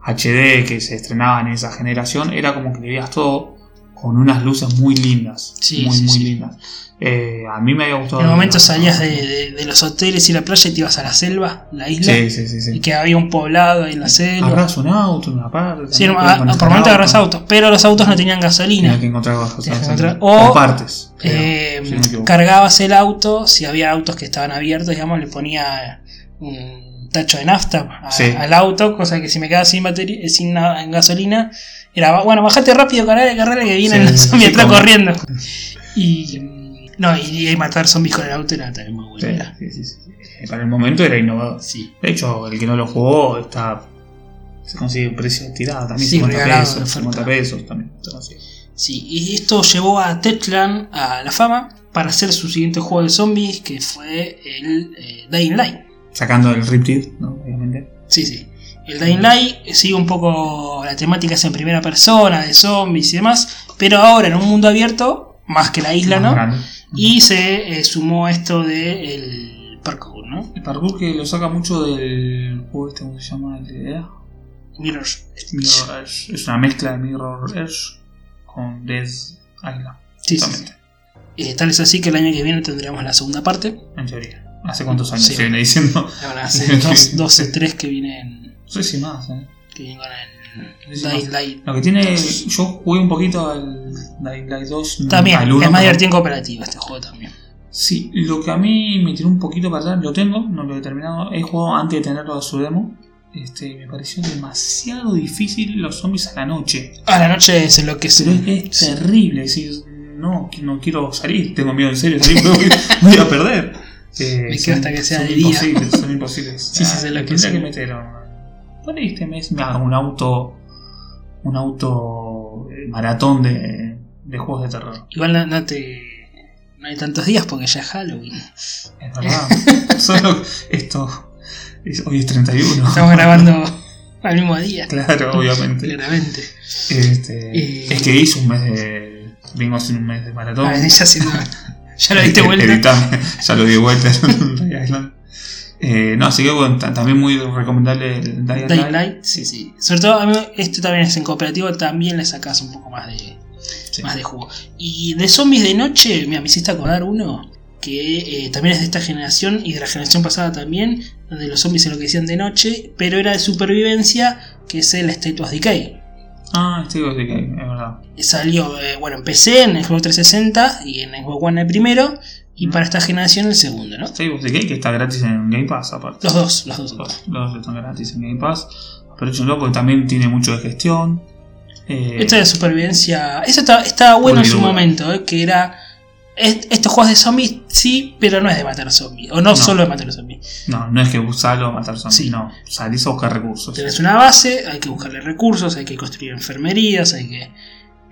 Speaker 1: HD que se estrenaban en esa generación, era como que le veías todo con unas luces muy lindas.
Speaker 2: Sí,
Speaker 1: muy,
Speaker 2: sí,
Speaker 1: muy
Speaker 2: sí.
Speaker 1: lindas. Eh, a mí me había gustado.
Speaker 2: En el momento
Speaker 1: mucho.
Speaker 2: salías de, de- de los hoteles y la playa y te ibas a la selva, la isla.
Speaker 1: Sí, sí, sí.
Speaker 2: y
Speaker 1: sí.
Speaker 2: que había un poblado ahí en la selva.
Speaker 1: Agarrás un auto, una parte.
Speaker 2: Sí,
Speaker 1: también este
Speaker 2: a-
Speaker 1: podés
Speaker 2: a-
Speaker 1: conectar
Speaker 2: por momento agarras autos, pero los autos no tenían
Speaker 1: Tenías
Speaker 2: gasolina.
Speaker 1: que encontrar bajo.
Speaker 2: Tenías que encontrar- o,
Speaker 1: O partes. creo,
Speaker 2: Eh,
Speaker 1: si no me equivoco.
Speaker 2: cargabas el auto, si había autos que estaban abiertos, digamos, le ponía un tacho de nafta a-
Speaker 1: Sí.
Speaker 2: al auto, cosa que si me quedaba sin batería, eh, sin na- en gasolina, era, "Ba- bueno, bajate rápido, carrera, carrera, que vienen
Speaker 1: Sí,
Speaker 2: los
Speaker 1: sí,
Speaker 2: zombies
Speaker 1: sí,
Speaker 2: atrás
Speaker 1: como- *laughs*
Speaker 2: corriendo. Y mm, no, y, y matar zombies con el auto era también muy bueno.
Speaker 1: Sí,
Speaker 2: era.
Speaker 1: sí, sí, sí. Eh, Para el momento era innovador.
Speaker 2: Sí,
Speaker 1: De hecho, el que no lo jugó está. Se consigue un precio tirado también,
Speaker 2: Sí,
Speaker 1: 50
Speaker 2: regalado, de
Speaker 1: pesos.
Speaker 2: oferta.
Speaker 1: 50 pesos también. se consigue.
Speaker 2: Sí, y esto llevó a Tetlan a la fama para hacer su siguiente juego de zombies, que fue el eh, Dying Light.
Speaker 1: Sacando el Riptide, ¿no? Obviamente.
Speaker 2: Sí, sí. El Dying Light eh, sigue un poco la temática es en primera persona, de zombies y demás, pero ahora en un mundo abierto, más que la isla,
Speaker 1: Más
Speaker 2: ¿no?
Speaker 1: grande.
Speaker 2: Y se eh, sumó esto de el parkour, ¿no?
Speaker 1: El parkour que lo saca mucho del juego este, ¿cómo se llama? El de EA.
Speaker 2: Mirror.
Speaker 1: Mirror Edge. Es una mezcla de Mirror Edge con Dead Island.
Speaker 2: Sí, sí.
Speaker 1: Exactamente.
Speaker 2: Eh, tal es así que el año que viene tendremos la segunda parte.
Speaker 1: En teoría. ¿Hace cuántos años
Speaker 2: Sí.
Speaker 1: se viene diciendo? *laughs*
Speaker 2: La van a hacer dos, dos o tres que vienen,
Speaker 1: No sé si más, ¿eh?
Speaker 2: que vienen con el
Speaker 1: Sí, sí,
Speaker 2: Dying Light.
Speaker 1: Lo que tiene. Yo jugué un poquito al Dying Light 2. no,
Speaker 2: También,
Speaker 1: al uno,
Speaker 2: es más
Speaker 1: perdón.
Speaker 2: divertido en cooperativo este juego también.
Speaker 1: Sí, lo que a mí me tiró un poquito para atrás, lo tengo, no lo he terminado. He jugado antes de tenerlo a su demo. Este, me pareció demasiado difícil los zombies a la noche.
Speaker 2: A la noche se enloquece.
Speaker 1: Pero es, es terrible decir, no, que no quiero salir, tengo miedo en serio, *laughs* de salir, me voy, me voy a perder. Eh,
Speaker 2: Me quedo
Speaker 1: son-
Speaker 2: hasta que sea
Speaker 1: son
Speaker 2: de día.
Speaker 1: imposibles,
Speaker 2: *laughs*
Speaker 1: son imposibles.
Speaker 2: Sí, sí, sé lo
Speaker 1: le
Speaker 2: que
Speaker 1: tendría
Speaker 2: son.
Speaker 1: meter a- Por ahí este mes me hago un auto. Un auto. eh, maratón de, de juegos de terror.
Speaker 2: Igual no, no te. No hay tantos días porque ya es Halloween.
Speaker 1: Es verdad. *laughs* Solo esto. es- hoy es 31. *laughs*
Speaker 2: Estamos grabando al mismo día,
Speaker 1: Claro,
Speaker 2: *laughs*
Speaker 1: obviamente.
Speaker 2: claramente.
Speaker 1: Este,
Speaker 2: Eh.
Speaker 1: Es que hice un mes de. Vengo sin un mes de maratón.
Speaker 2: Ah, ya, se- ya lo diste
Speaker 1: Eh,
Speaker 2: vuelta.
Speaker 1: evitame, *laughs* ya lo di vuelta en Rhode Island. Eh, no, así que bueno, ta- también muy recomendable el Dying
Speaker 2: Dying
Speaker 1: Light.
Speaker 2: Light, sí, sí. Sobre todo, a mí, este también es en cooperativo, también le sacas un poco más de,
Speaker 1: Sí.
Speaker 2: este, más de jugo. Y de zombies de noche, mira, me hiciste acordar uno que eh, también es de esta generación y de la generación pasada también, donde los zombies se lo que decían de noche, pero era de supervivencia, que es el State of Decay.
Speaker 1: Ah, este digo, sí que es verdad.
Speaker 2: salió, eh, bueno, empecé en el juego 360 y en el juego One el primero, y
Speaker 1: Mm.
Speaker 2: para esta generación el segundo, ¿no?
Speaker 1: Este digo, sí que que está gratis en Game Pass, aparte.
Speaker 2: Los dos, los dos.
Speaker 1: Los dos están gratis en Game Pass. Aprovechenlo porque también tiene mucho de gestión. Eh,
Speaker 2: Esto de supervivencia. Eso está- estaba bueno en su
Speaker 1: Boludo.
Speaker 2: momento, eh, que era. est- estos juegos de zombies, sí, pero no es de matar zombies. O no,
Speaker 1: No.
Speaker 2: solo de matar zombies.
Speaker 1: No, no es que usarlo o matar zombies,
Speaker 2: Sí.
Speaker 1: no. Salís a buscar recursos.
Speaker 2: Tenés una base, hay que buscarle recursos, hay que construir enfermerías, hay que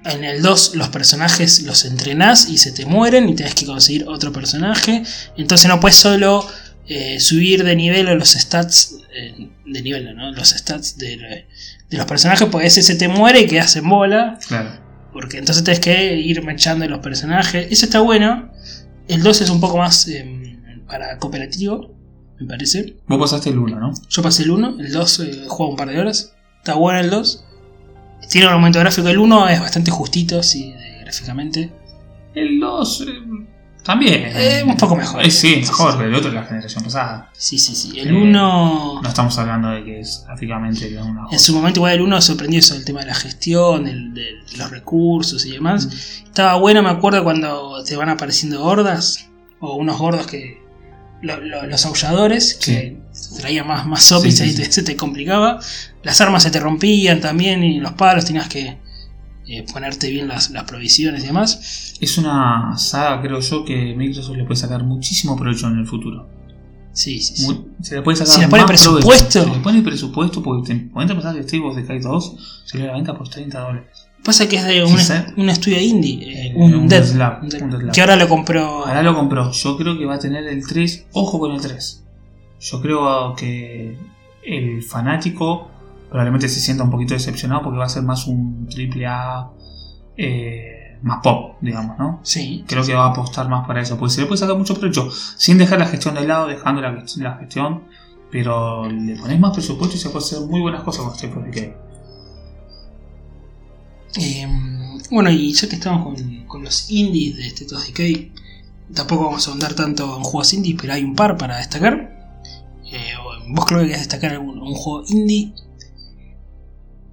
Speaker 2: En el 2 los personajes los entrenás y se te mueren y tenés que conseguir otro personaje. Entonces no puedes solo eh, subir de nivel o los stats. eh, de nivel, ¿no? Los stats de, de los personajes, porque ese se te muere y quedas en bola.
Speaker 1: Claro.
Speaker 2: Porque entonces tenés que ir mechando los personajes. Eso está bueno. El 2 es un poco más eh, para cooperativo, me parece.
Speaker 1: Vos pasaste el 1, ¿no?
Speaker 2: Yo pasé el 1, el 2 eh, juego un par de horas. Está bueno el 2. Tiene un aumento gráfico. El 1 es bastante justito, sí, de- gráficamente.
Speaker 1: El 2 también.
Speaker 2: Eh, un poco mejor.
Speaker 1: Eh, sí, mejor que el otro de la generación pasada.
Speaker 2: Sí, sí, sí. El
Speaker 1: Eh,
Speaker 2: 1.
Speaker 1: No estamos hablando de que es gráficamente de una
Speaker 2: En su momento, igual el 1 sorprendió eso, el tema de la gestión, del- del- de los recursos y demás. Estaba bueno, me acuerdo cuando te van apareciendo hordas, o unos gordos que. lo- lo- los aulladores, que traían más, más zombies,
Speaker 1: Sí, sí,
Speaker 2: ahí te- se te complicaba. Las armas se te rompían también, y los palos tenías que eh, ponerte bien las, las provisiones y demás.
Speaker 1: Es una saga, creo yo, que Microsoft le puede sacar muchísimo provecho en el futuro.
Speaker 2: Sí, sí, sí.
Speaker 1: Mu- Se le puede sacar
Speaker 2: Si le pone
Speaker 1: más provecho.
Speaker 2: presupuesto.
Speaker 1: Se le pone presupuesto porque te ponete a pensar que State of Decay 2 salió a la venta por 30 dólares.
Speaker 2: Pasa que es de un,
Speaker 1: Sí, sí.
Speaker 2: un estudio indie, eh,
Speaker 1: Eh,
Speaker 2: un,
Speaker 1: un
Speaker 2: Dead,
Speaker 1: Death Lab,
Speaker 2: un Dead-
Speaker 1: un Dead Lab.
Speaker 2: que ahora lo compró.
Speaker 1: Ahora lo compró. Yo creo que va a tener el 3. Ojo con el 3. Yo creo que el fanático probablemente se sienta un poquito decepcionado porque va a ser más un triple A eh, más pop, digamos, ¿no?
Speaker 2: Sí,
Speaker 1: creo que va a apostar más para eso, porque se le puede sacar mucho provecho, sin dejar la gestión de lado, dejando la, gest- la gestión, pero le pones más presupuesto y se puede hacer muy buenas cosas con este Project
Speaker 2: Eh, bueno, y ya que estamos con, con los indies de este Todos Decay, tampoco vamos a ahondar tanto en juegos indies, pero hay un par para destacar. Eh, ¿Vos creo que querés destacar algún, un juego indie?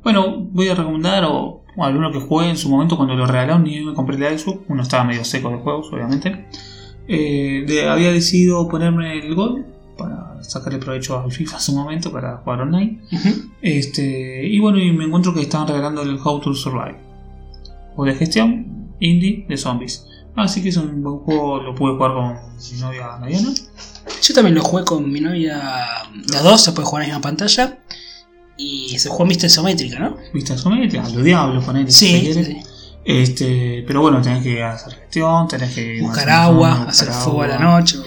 Speaker 1: Bueno, voy a recomendar o, o alguno que juegue en su momento cuando lo regalaron y yo me compré la Xbox, uno estaba medio seco de juegos, obviamente. Eh, de- había decidido ponerme el gol para sacarle provecho al FIFA en su momento para jugar online. Este, y bueno, y me encuentro que estaban regalando el How to Survive. O de gestión, indie, de zombies. Así que es un buen juego, lo pude jugar con mi novia Mariana.
Speaker 2: Yo también lo jugué con mi novia, las dos se puede jugar en la misma pantalla. Y se jugó en vista isométrica, ¿no?
Speaker 1: Viste isométrica, lo diablo con él. si
Speaker 2: Sí,
Speaker 1: querés.
Speaker 2: sí, sí.
Speaker 1: Este, pero bueno, tenés que hacer gestión, tenés que hacer
Speaker 2: buscar
Speaker 1: un
Speaker 2: agua,
Speaker 1: zombie,
Speaker 2: hacer
Speaker 1: buscar
Speaker 2: fuego a la
Speaker 1: agua.
Speaker 2: noche.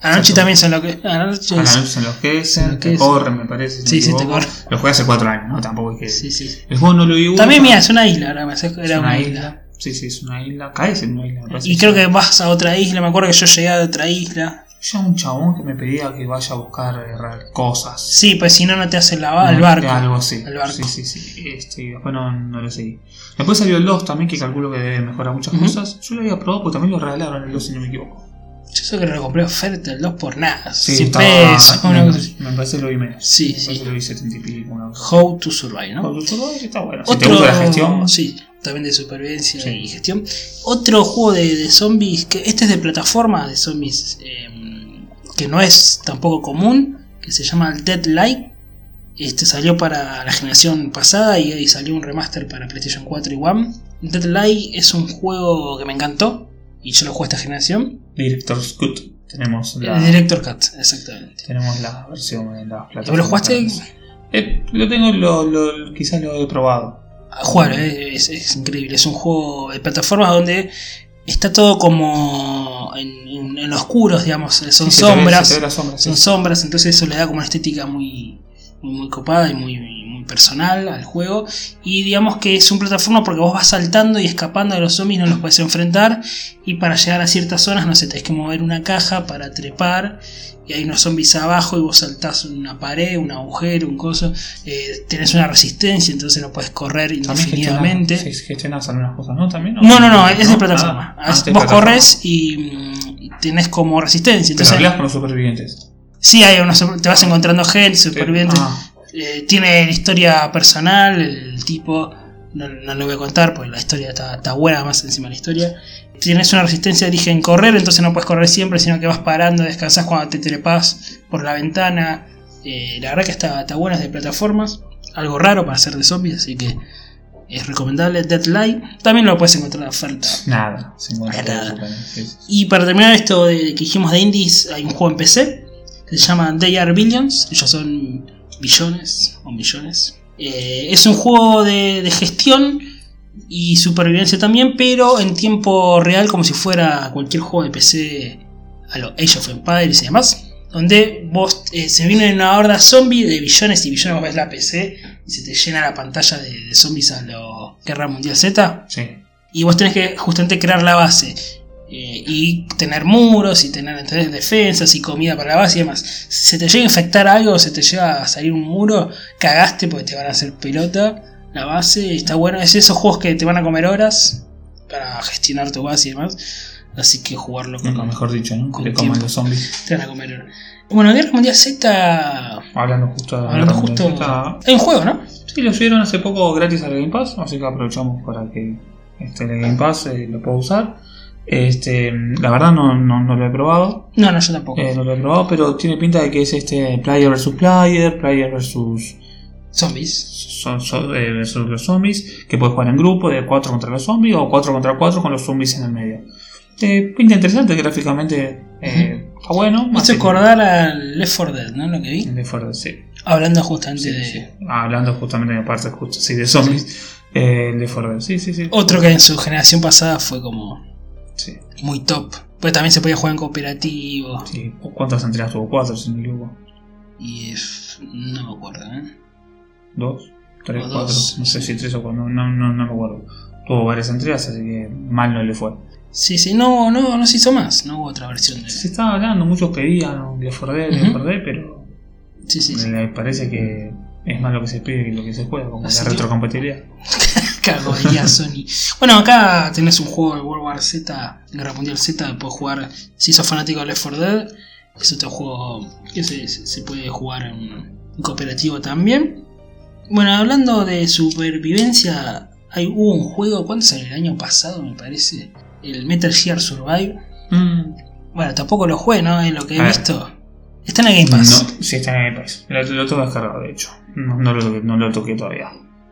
Speaker 2: A la noche
Speaker 1: Exacto.
Speaker 2: también son lo que. A la noche
Speaker 1: A la
Speaker 2: es-
Speaker 1: noche se enloquecen, te
Speaker 2: enloquecen.
Speaker 1: corren, me parece. si
Speaker 2: Sí,
Speaker 1: no
Speaker 2: sí, te
Speaker 1: equivoco.
Speaker 2: corren.
Speaker 1: Lo jugué hace 4 años, ¿no? Tampoco es que.
Speaker 2: Sí, sí, sí.
Speaker 1: El juego no lo vi uno,
Speaker 2: También, mira, es una isla, ahora me haces-
Speaker 1: es
Speaker 2: era una isla.
Speaker 1: Sí, sí, es una isla. Caes en una isla, me parece.
Speaker 2: Y creo que vas a otra isla, me acuerdo que yo llegué a otra isla.
Speaker 1: Ya un chabón que me pedía que vaya a buscar eh, ra- cosas.
Speaker 2: Sí, pues si no, no te hacen la, al
Speaker 1: No,
Speaker 2: barco.
Speaker 1: Algo así.
Speaker 2: Al barco.
Speaker 1: Sí, sí, sí. Este, y después no, no lo seguí. Después salió el 2 también, que calculo que debe mejorar muchas
Speaker 2: Ujú.
Speaker 1: cosas. Yo lo había probado porque también lo regalaron el 2, si no me equivoco.
Speaker 2: Yo sé que lo compré oferta el 2 por nada.
Speaker 1: Sí,
Speaker 2: 100
Speaker 1: estaba-
Speaker 2: pesos, una
Speaker 1: me,
Speaker 2: cosa así.
Speaker 1: me parece lo vi menos.
Speaker 2: Sí,
Speaker 1: me
Speaker 2: sí.
Speaker 1: parece lo vi 70 y pico, una cosa.
Speaker 2: How to survive, ¿no?
Speaker 1: Pero yo creo que está bueno. Si te gusta la gestión,
Speaker 2: Sí, también de supervivencia
Speaker 1: Sí.
Speaker 2: y gestión. Otro juego de, de zombies, que este es de plataforma de zombies, eh, que no es tampoco común, que se llama el Dead Light. Este salió para la generación pasada y, y salió un remaster para PlayStation 4 y One. Dead Light es un juego que me encantó y yo lo jugué esta generación.
Speaker 1: Director's Cut. Tenemos la,
Speaker 2: El Director Cut, exactamente.
Speaker 1: tenemos la versión en las plataformas.
Speaker 2: ¿Vos lo jugaste?
Speaker 1: Eh, lo tengo, lo, lo- quizás lo he probado.
Speaker 2: jugar, eh, es, es increíble. Es un juego de plataformas donde está todo como en, en- en lo oscuro, digamos. Son
Speaker 1: Sí, se te ve-
Speaker 2: sombras,
Speaker 1: se te ve las sombras, sí.
Speaker 2: son sombras, entonces eso le da como una estética muy, muy, muy copada y muy, muy personal al juego. Y digamos que es un plataforma porque vos vas saltando y escapando de los zombies, no los puedes enfrentar. Y para llegar a ciertas zonas, no sé, tenés que mover una caja para trepar. Y hay unos zombies abajo y vos saltás una pared, un agujero, un coso. Eh, tenés una resistencia, entonces no puedes correr
Speaker 1: También
Speaker 2: indefinidamente.
Speaker 1: gestionas, sí, gestionas algunas cosas, ¿no? También. ¿o?
Speaker 2: No, no, no, es de
Speaker 1: Ah,
Speaker 2: plataforma.
Speaker 1: ah, es de
Speaker 2: vos
Speaker 1: plataforma.
Speaker 2: corres y mm, tenés como resistencia.
Speaker 1: Pero
Speaker 2: Entonces,
Speaker 1: hablas con los supervivientes.
Speaker 2: sí, hay unos, super- te vas encontrando gente, supervivientes.
Speaker 1: Ah,
Speaker 2: Eh, tiene historia personal, el tipo, no, no lo voy a contar porque la historia está, está buena, más encima de la historia. Tienes una resistencia, dije, en correr, entonces no puedes correr siempre, sino que vas parando, descansas cuando te trepas por la ventana. Eh, la verdad que está, está buena, es de plataformas, algo raro para ser de zombies, así que es recomendable. Dead Light, también lo puedes encontrar de oferta.
Speaker 1: nada, se encuentra
Speaker 2: Nada.
Speaker 1: todo super- sí, sí.
Speaker 2: Y para terminar esto de que dijimos de indies, hay un juego en PC que se llama They Are Billions, ellos son billones o millones. Eh, es un juego de, de gestión y supervivencia también, pero en tiempo real, como si fuera cualquier juego de PC a los Age of Empires y demás. Donde vos eh, se viene una horda zombie de billones y billones, vos ves la PC y se te llena la pantalla de, de zombies a lo Guerra Mundial Z.
Speaker 1: Sí.
Speaker 2: Y vos tenés que justamente crear la base. eh, y tener muros y tener entonces, defensas y comida para la base y demás. Si se te llega a infectar algo, se te llega a salir un muro, cagaste porque te van a hacer pelota. La base está bueno. Es esos juegos que te van a comer horas para gestionar tu base y demás. Así que jugarlo con,
Speaker 1: Nunca mejor dicho, ¿no? Que
Speaker 2: Con
Speaker 1: te coman
Speaker 2: tiempo.
Speaker 1: los zombies.
Speaker 2: te van a comer horas. Bueno, Guerra Mundial Z.
Speaker 1: Hablando justo de
Speaker 2: Hablando justo.
Speaker 1: Está-
Speaker 2: Hay un juego, ¿no?
Speaker 1: Sí, lo subieron hace poco gratis al Game Pass, así que aprovechamos para que este, el Game Pass eh, lo pueda usar. Este, la verdad no, no, no lo he probado,
Speaker 2: No, no, yo tampoco.
Speaker 1: eh, no lo he probado, pero tiene pinta de que es este player versus player, player versus,
Speaker 2: Zombies.
Speaker 1: so- so- eh, versus los zombies, que puedes jugar en grupo de 4 contra los zombies o 4 contra 4 con los zombies en el medio. Eh, pinta interesante gráficamente, eh, está bueno.
Speaker 2: Me
Speaker 1: más
Speaker 2: hizo
Speaker 1: que-
Speaker 2: acordar al Left 4 Dead, ¿no? Lo que vi.
Speaker 1: de fuera, sí.
Speaker 2: Hablando justamente
Speaker 1: Sí,
Speaker 2: de.
Speaker 1: sí. Ah, Hablando justamente de partes justo, sí, de zombies. Eh, el de Ford, sí, sí, sí.
Speaker 2: Otro que en su generación pasada fue como
Speaker 1: Sí,
Speaker 2: muy top. Pues también se podía jugar en cooperativo.
Speaker 1: sí. ¿Cuántas entregas tuvo? ¿Cuatro, si no me equivoco?
Speaker 2: Y eh, no me acuerdo, ¿eh?
Speaker 1: ¿Dos? ¿Tres?
Speaker 2: O
Speaker 1: ¿Cuatro?
Speaker 2: dos,
Speaker 1: no sé
Speaker 2: sí.
Speaker 1: si tres o cuatro, no, no, no, no me acuerdo. Tuvo varias entregas, así que mal no le fue.
Speaker 2: Sí, sí, no, no, no se hizo más. No hubo otra versión de.
Speaker 1: Se
Speaker 2: Sí,
Speaker 1: estaba hablando, muchos pedían un de Ford, el
Speaker 2: Ujú.
Speaker 1: de Ford, pero
Speaker 2: sí, sí.
Speaker 1: me parece que es más lo que se pide que lo que se juega, como
Speaker 2: Así
Speaker 1: la
Speaker 2: que-
Speaker 1: retrocompatibilidad.
Speaker 2: Cago en día, Sony. Bueno, acá tenés un juego de World War Z, Guerra Mundial Z, puedes jugar. Si sos fanático de Left 4 Dead, es otro juego que se, se- se puede jugar en, en cooperativo también. Bueno, hablando de supervivencia, hay, hubo un juego, ¿cuándo salió? El año pasado, me parece. El Metal Gear Survive.
Speaker 1: Mm,
Speaker 2: Bueno, tampoco lo jugué, ¿no? Es lo que he
Speaker 1: A ver.
Speaker 2: visto. Está en el Game
Speaker 1: Ah. No,
Speaker 2: Pass.
Speaker 1: sí, está en el país. Lo, lo tengo descargado, de hecho. No, no lo, no lo toqué todavía.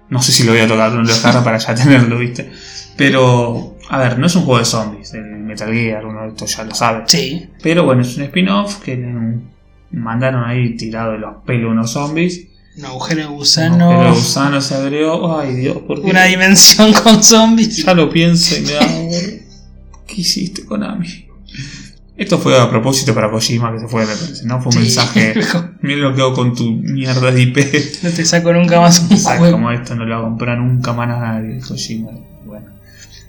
Speaker 1: No sé si lo voy a tocar, no lo descarga para ya *laughs* tenerlo, ¿viste? Pero, a ver, no es un juego de zombies, el Metal Gear, uno de estos ya lo sabe.
Speaker 2: Sí,
Speaker 1: Pero bueno, es un spin-off que mm, mandaron ahí tirado de los pelos unos zombies.
Speaker 2: un agujero de
Speaker 1: No,
Speaker 2: gusano.
Speaker 1: Pero el gusano se abrió. Ay, Dios, ¿por qué?
Speaker 2: Una dimensión con
Speaker 1: *laughs*
Speaker 2: zombies.
Speaker 1: Ya lo pienso y me da. ¿Qué hiciste, Konami? Esto fue a propósito para Kojima que se fue de repente, ¿no? Fue un
Speaker 2: Sí. *laughs*
Speaker 1: mensaje. Mira lo que hago con tu mierda de IP.
Speaker 2: No te saco nunca más
Speaker 1: *laughs*
Speaker 2: un
Speaker 1: ¿Sabes
Speaker 2: juego.
Speaker 1: cómo esto no lo va a comprar nunca más nadie? Kojima. Bueno.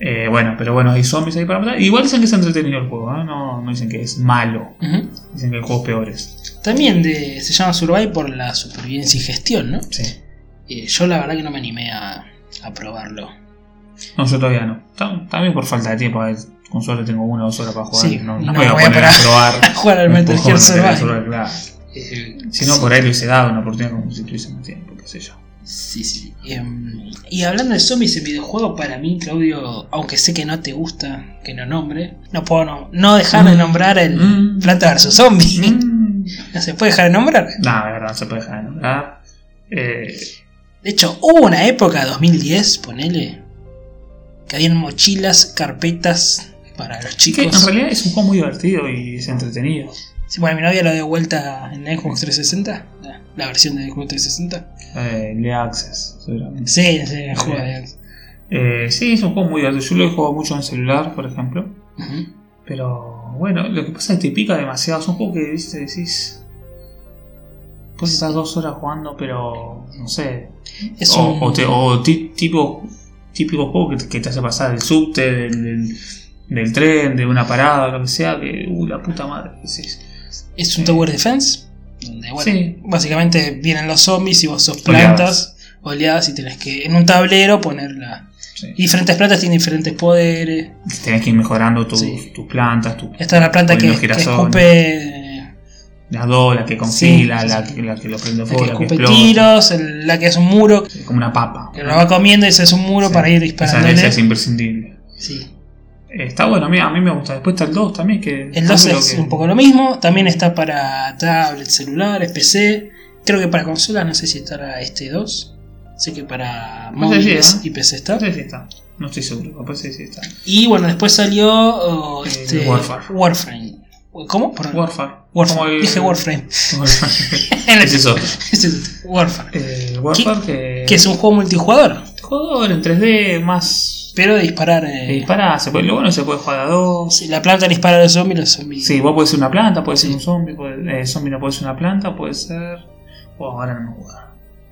Speaker 1: Eh, bueno, pero bueno, hay zombies ahí para matar. Igual dicen que es entretenido el juego, ¿eh? no, no dicen que es malo.
Speaker 2: Ujú.
Speaker 1: Dicen que el juego es peores.
Speaker 2: También de, se llama Survive por la supervivencia y gestión, ¿no?
Speaker 1: Sí.
Speaker 2: Eh, yo la verdad que no me animé a, a probarlo.
Speaker 1: No, yo todavía no. Tam- También por falta de tiempo. a ver, con suerte tengo una o dos horas para jugar.
Speaker 2: Sí,
Speaker 1: no,
Speaker 2: no
Speaker 1: no me voy a
Speaker 2: voy a
Speaker 1: poner a
Speaker 2: parar.
Speaker 1: probar.
Speaker 2: *laughs* Jugar al
Speaker 1: un
Speaker 2: Metal
Speaker 1: juego
Speaker 2: Gear
Speaker 1: de Metal Gear
Speaker 2: Survive.
Speaker 1: Survive, claro.
Speaker 2: Eh,
Speaker 1: Si no,
Speaker 2: sí,
Speaker 1: por ahí le hubiese dado una oportunidad como si tuviese más tiempo, qué sé yo.
Speaker 2: Sí, sí. Em, y hablando de zombies en videojuegos, para mí, Claudio, aunque sé que no te gusta que lo nombre, no puedo no, no dejar de
Speaker 1: Mm.
Speaker 2: nombrar el
Speaker 1: Mm.
Speaker 2: Planta vs Zombie.
Speaker 1: Mm.
Speaker 2: *laughs* No se puede dejar de nombrar.
Speaker 1: Nah, la verdad, no se puede dejar de nombrar. Eh,
Speaker 2: De hecho, hubo una época, 2010, ponele, que habían mochilas, carpetas para los
Speaker 1: que en
Speaker 2: chicos.
Speaker 1: realidad es un juego muy divertido y es entretenido.
Speaker 2: Sí, bueno, mi novia lo dio vuelta en Xbox 360, la, la versión de Xbox 360.
Speaker 1: Eh, le Access, seguramente.
Speaker 2: Sí, sí, el juego de
Speaker 1: Eh, sí, es un juego muy divertido. Yo lo he jugado mucho en celular, por ejemplo. Pero bueno, lo que pasa es que te pica demasiado. Es un juego que viste, decís. Puedes estar dos horas jugando, pero no sé.
Speaker 2: Es
Speaker 1: o,
Speaker 2: un-
Speaker 1: o te- o ti- tipo, típico juego que te, que te hace pasar del subte, del, del- del tren, de una parada, lo que sea, que, uh, la puta madre, decís.
Speaker 2: Es un Tower Defense, donde, bueno,
Speaker 1: Sí.
Speaker 2: básicamente vienen los zombies y vos
Speaker 1: Oleadas.
Speaker 2: sos plantas, oleadas, y tenés que en un tablero ponerla.
Speaker 1: Sí.
Speaker 2: Y diferentes plantas tienen diferentes poderes.
Speaker 1: Tenés que ir mejorando tus,
Speaker 2: Sí.
Speaker 1: tus plantas, tus
Speaker 2: Esta es la planta que,
Speaker 1: Poniendo
Speaker 2: que
Speaker 1: girasoles.
Speaker 2: escupe,
Speaker 1: la do, la que congela,
Speaker 2: sí,
Speaker 1: la,
Speaker 2: sí.
Speaker 1: que- la que lo prende
Speaker 2: la que
Speaker 1: fuego, la que,
Speaker 2: escupe
Speaker 1: explota.
Speaker 2: tiros, el- la que es un muro,
Speaker 1: Sí, Como una papa.
Speaker 2: que lo va comiendo y se hace un muro
Speaker 1: Sí.
Speaker 2: para ir
Speaker 1: Esa,
Speaker 2: disparándole.
Speaker 1: esa es imprescindible.
Speaker 2: Sí.
Speaker 1: Eh, está bueno, a mí, a mí me gusta. Después está el 2 también, que
Speaker 2: El 2
Speaker 1: creo
Speaker 2: es
Speaker 1: Ah, que-
Speaker 2: un poco lo mismo, también está para tablets, celulares, PC, creo que para consolas, no sé si estará este 2, sé que para
Speaker 1: No sé si,
Speaker 2: móviles
Speaker 1: ¿eh?
Speaker 2: y PC está.
Speaker 1: No sé si está. No estoy seguro, capaz que sí está.
Speaker 2: Y bueno, después salió oh,
Speaker 1: Eh,
Speaker 2: este,
Speaker 1: Warfare.
Speaker 2: Warframe. ¿Cómo? Perdón.
Speaker 1: Warfare.
Speaker 2: Warframe.
Speaker 1: Como el- *laughs*
Speaker 2: Dije Warframe.
Speaker 1: como el- Ese es otro.
Speaker 2: Ese *laughs* es otro, Warfare.
Speaker 1: El Eh, Warfare que.
Speaker 2: Que es un juego multijugador.
Speaker 1: jugador en 3D, más.
Speaker 2: Pero disparar. eh,
Speaker 1: eh, Dispará, se puede, lo bueno es que se puede jugar a dos.
Speaker 2: si la planta dispara a los zombies, los zombies.
Speaker 1: Sí, vos podés ser una planta, podés ser un zombie, puede- eh, zombie no puede ser una planta, puede ser. Bueno, ahora no me acuerdo.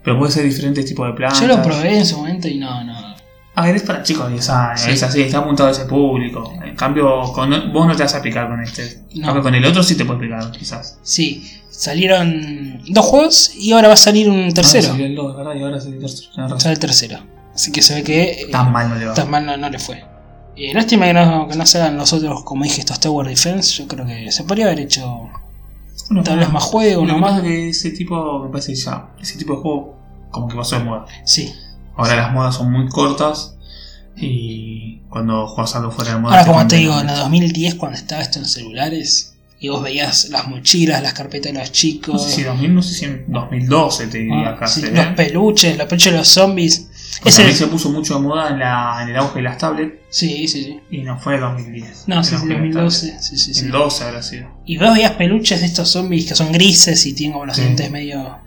Speaker 1: Pero puede ser diferentes tipos de plantas.
Speaker 2: Yo lo probé en su momento y no, no.
Speaker 1: A ver, es para chicos de 10 años,
Speaker 2: Sí.
Speaker 1: es así, está apuntado a ese público. En cambio, con, vos no te vas a picar con este.
Speaker 2: No.
Speaker 1: Aunque con el otro sí te puedes picar, quizás.
Speaker 2: Sí, salieron dos juegos y ahora va a salir un tercero.
Speaker 1: Ahora salió el 2, ¿verdad? Y ahora salió el tercero. tenés razón.
Speaker 2: Sale el tercero. Así que se ve que. eh,
Speaker 1: Tan mal no le va.
Speaker 2: Tan mal no, no le fue. Eh, lástima que no, que no se hagan los otros, como dije, estos Tower Defense. Yo creo que se podría haber hecho
Speaker 1: Uno
Speaker 2: tal vez más juego,
Speaker 1: Lo
Speaker 2: uno
Speaker 1: que pasa
Speaker 2: más.
Speaker 1: es que ese tipo, me parece que ya, ese tipo de juego como que pasó de moda.
Speaker 2: Sí.
Speaker 1: Ahora las modas son muy cortas y cuando juegas algo fuera de moda...
Speaker 2: Ahora, como te
Speaker 1: cambian.
Speaker 2: digo, en el 2010, cuando estaba esto en celulares, y vos veías las mochilas, las carpetas de los
Speaker 1: No
Speaker 2: chicos,
Speaker 1: sé si 2000, no sé si en 2012 te diría
Speaker 2: ah,
Speaker 1: acá.
Speaker 2: sí,
Speaker 1: se
Speaker 2: los
Speaker 1: ve.
Speaker 2: peluches, los peluches de los zombies.
Speaker 1: Porque
Speaker 2: Ese,
Speaker 1: también se puso mucho de moda en, la- en el auge de las tablets
Speaker 2: sí, sí, sí.
Speaker 1: y no fue 2010.
Speaker 2: No,
Speaker 1: El
Speaker 2: sí, sí,
Speaker 1: auge de las
Speaker 2: 2012. Sí, sí,
Speaker 1: tablets.
Speaker 2: sí.
Speaker 1: El 12 habrá sido.
Speaker 2: Y vos veías peluches de estos zombies que son grises y tienen como los
Speaker 1: Sí.
Speaker 2: dientes medio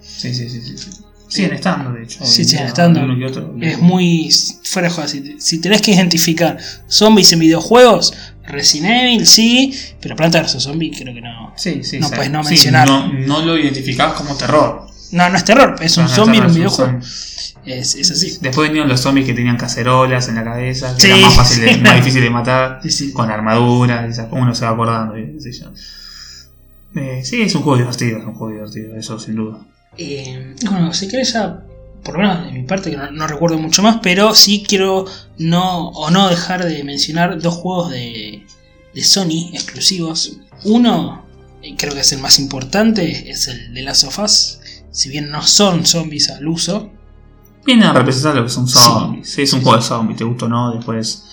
Speaker 1: Sí, sí, sí. sí, sí. Siguen estando, de hecho. hoy
Speaker 2: Sí,
Speaker 1: en
Speaker 2: siguen
Speaker 1: día,
Speaker 2: estando.
Speaker 1: uno que otro.
Speaker 2: Es muy. Fuera de joda, si, te- si tenés que identificar zombies en videojuegos, Resident Evil sí, pero Planta vs. Zombie creo que no.
Speaker 1: Sí, sí,
Speaker 2: No
Speaker 1: sí.
Speaker 2: puedes no
Speaker 1: Sí,
Speaker 2: mencionarlo.
Speaker 1: no, no lo identificás como terror.
Speaker 2: No, no es terror, es un
Speaker 1: No, no,
Speaker 2: zombie en
Speaker 1: terror,
Speaker 2: un
Speaker 1: es un
Speaker 2: videojuego.
Speaker 1: zombie.
Speaker 2: Es, es así.
Speaker 1: Después venían los zombies que tenían cacerolas en la cabeza, que
Speaker 2: Sí.
Speaker 1: eran más, fácil de- más difícil de matar,
Speaker 2: Sí, sí.
Speaker 1: con armaduras, y esas- uno se va acordando. y qué sé yo. Eh, sí, es un juego divertido, es un juego divertido, eso sin duda.
Speaker 2: Eh, bueno, si querés ya. Por lo menos de mi parte, que no, no recuerdo mucho más, pero sí quiero no o no dejar de mencionar dos juegos de, de Sony exclusivos. Uno, eh, creo que es el más importante, es el de Last of Us. Si bien no son zombies al uso,
Speaker 1: Viene a representar lo que son
Speaker 2: Sí.
Speaker 1: zombies. Sí, es un
Speaker 2: Sí,
Speaker 1: juego de zombies, te gusta o no, después.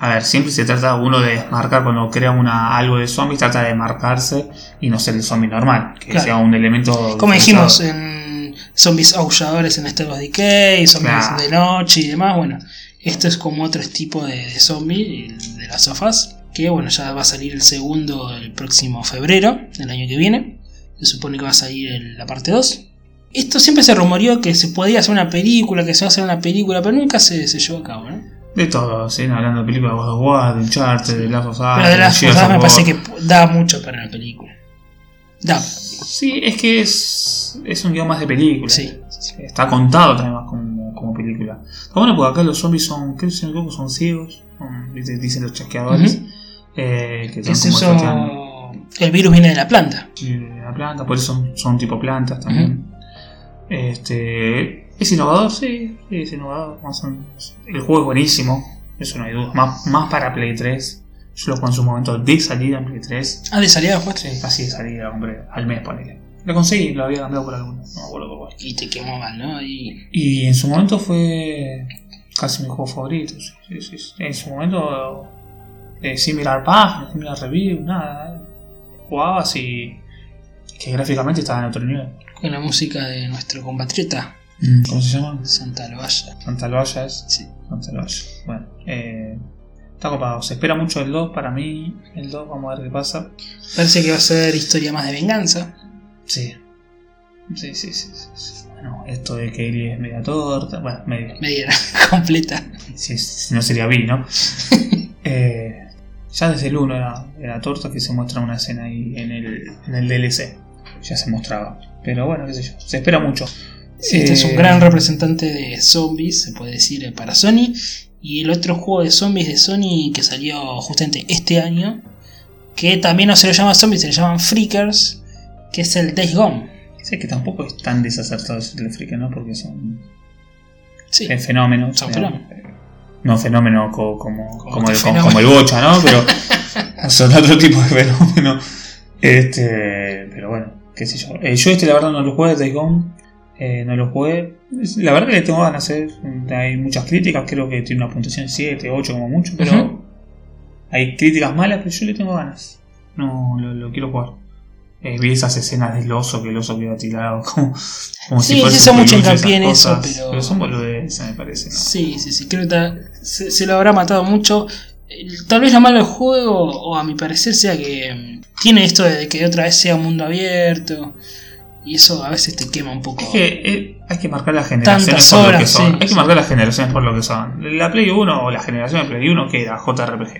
Speaker 1: A ver, siempre se trata uno de desmarcar cuando crea una, algo de zombies, trata de marcarse y no ser el zombie normal, que
Speaker 2: Claro.
Speaker 1: sea un elemento.
Speaker 2: Como
Speaker 1: diferenciado.
Speaker 2: dijimos, en zombies aulladores en State of Decay, zombies
Speaker 1: Claro.
Speaker 2: de noche y demás, bueno, esto es como otro tipo de, de zombie, el de las sofás, que bueno, ya va a salir el segundo el próximo febrero del año que viene, se supone que va a salir el- la parte 2. Esto siempre se rumoreó que se podía hacer una película, que se va a hacer una película, pero nunca se, se llevó a cabo, ¿no?
Speaker 1: De todo, sí, hablando de películas de God of War, de Uncharted, de Last of Us.
Speaker 2: pero de las
Speaker 1: Gears
Speaker 2: sofás
Speaker 1: of
Speaker 2: me
Speaker 1: War.
Speaker 2: parece que da mucho para una película. Da,
Speaker 1: Sí, es que es, es un guión más de película.
Speaker 2: sí.
Speaker 1: Está contado también más como, como película. Está bueno porque acá los zombies son, creo que si no me equivoco, son ciegos. son- viste, dicen los chasqueadores.
Speaker 2: Ujú.
Speaker 1: eh, que son
Speaker 2: Es
Speaker 1: como chasquean,
Speaker 2: eso, el virus viene de la planta.
Speaker 1: eh, la planta, por eso son, son tipo plantas también. Este, es innovador, sí, sí, es innovador. más o menos. El juego es buenísimo, eso no hay duda. Más, más para Play 3. Yo lo jugué en su momento de salida en Play 3.
Speaker 2: Ah, de salida del juego.
Speaker 1: Sí, casi de salida, hombre, al mes ponele. Lo conseguí, lo había cambiado por alguno, no me acuerdo por cuál.
Speaker 2: Y te quemó mal, ¿no? Y
Speaker 1: Y en su momento fue casi mi juego favorito. sí, sí, sí, sí. En su momento, eh, sin mirar páginas, sin mirar reviews, nada. eh. Jugabas y. que gráficamente estaba en otro nivel.
Speaker 2: con la música de nuestro compatriota,
Speaker 1: ¿Cómo se llama?
Speaker 2: Santa Loaya.
Speaker 1: Santaloya es.
Speaker 2: Sí.
Speaker 1: Santaloya. Bueno, eh, está copado. Se espera mucho el 2 para mí. El 2, vamos a ver qué pasa.
Speaker 2: Parece que va a ser historia más de venganza.
Speaker 1: Sí. Sí, sí, sí. sí, sí. Bueno, esto de que Ellie es media torta. Bueno, media.
Speaker 2: Media *laughs* completa.
Speaker 1: Si, si no sería Vi,
Speaker 2: *laughs*
Speaker 1: ¿no? Eh, ya desde el 1 era, era torta que se muestra una escena ahí en el, en el DLC. Ya se mostraba. Pero bueno, qué sé yo. Se espera mucho.
Speaker 2: Sí, este
Speaker 1: Eh,
Speaker 2: es un gran representante de zombies, se puede decir, eh, para Sony. Y el otro juego de zombies de Sony que salió justamente este año, que también no se lo llama zombies, se lo llaman freakers, que es el Days Gone.
Speaker 1: Sé que tampoco es tan desacertado decirle frica, ¿no? Porque son
Speaker 2: Sí,
Speaker 1: eh, fenómenos.
Speaker 2: Son
Speaker 1: digamos. No fenómenos co- como,
Speaker 2: Como
Speaker 1: como,
Speaker 2: otro
Speaker 1: el, como-
Speaker 2: fenómeno.
Speaker 1: como el bocha, ¿no? Pero
Speaker 2: *laughs*
Speaker 1: son otro tipo de fenómeno. Este, pero bueno, qué sé yo. Eh, yo este la verdad no lo jugué, Days Gone. Eh, no lo jugué. Es- La verdad que le tengo ganas. eh. Hay muchas críticas. Creo que tiene una puntuación 7, 8 como mucho. Pero
Speaker 2: Ujú.
Speaker 1: hay críticas malas, pero yo le tengo ganas. No, lo, lo quiero jugar. Eh, vi esas escenas del oso, que el oso queda tirado. *laughs* Como, como
Speaker 2: Sí,
Speaker 1: fuese
Speaker 2: se hizo
Speaker 1: un
Speaker 2: mucho
Speaker 1: peluche,
Speaker 2: hincapié en
Speaker 1: esas
Speaker 2: eso,
Speaker 1: cosas.
Speaker 2: pero-
Speaker 1: Pero son boludeces, me parece. ¿no?
Speaker 2: Sí, sí, sí, creo que ta- se, se lo habrá matado mucho. El- Tal vez lo malo del juego, o a mi parecer, sea que mm, tiene esto de que otra vez sea un mundo abierto. Y eso a veces te quema un poco.
Speaker 1: Es que eh, hay que marcar las generaciones
Speaker 2: Tantas
Speaker 1: por lo que
Speaker 2: horas,
Speaker 1: son.
Speaker 2: sí,
Speaker 1: hay que
Speaker 2: sí.
Speaker 1: marcar las generaciones por lo que son. La Play 1 o la generación de Play 1 que era JRPG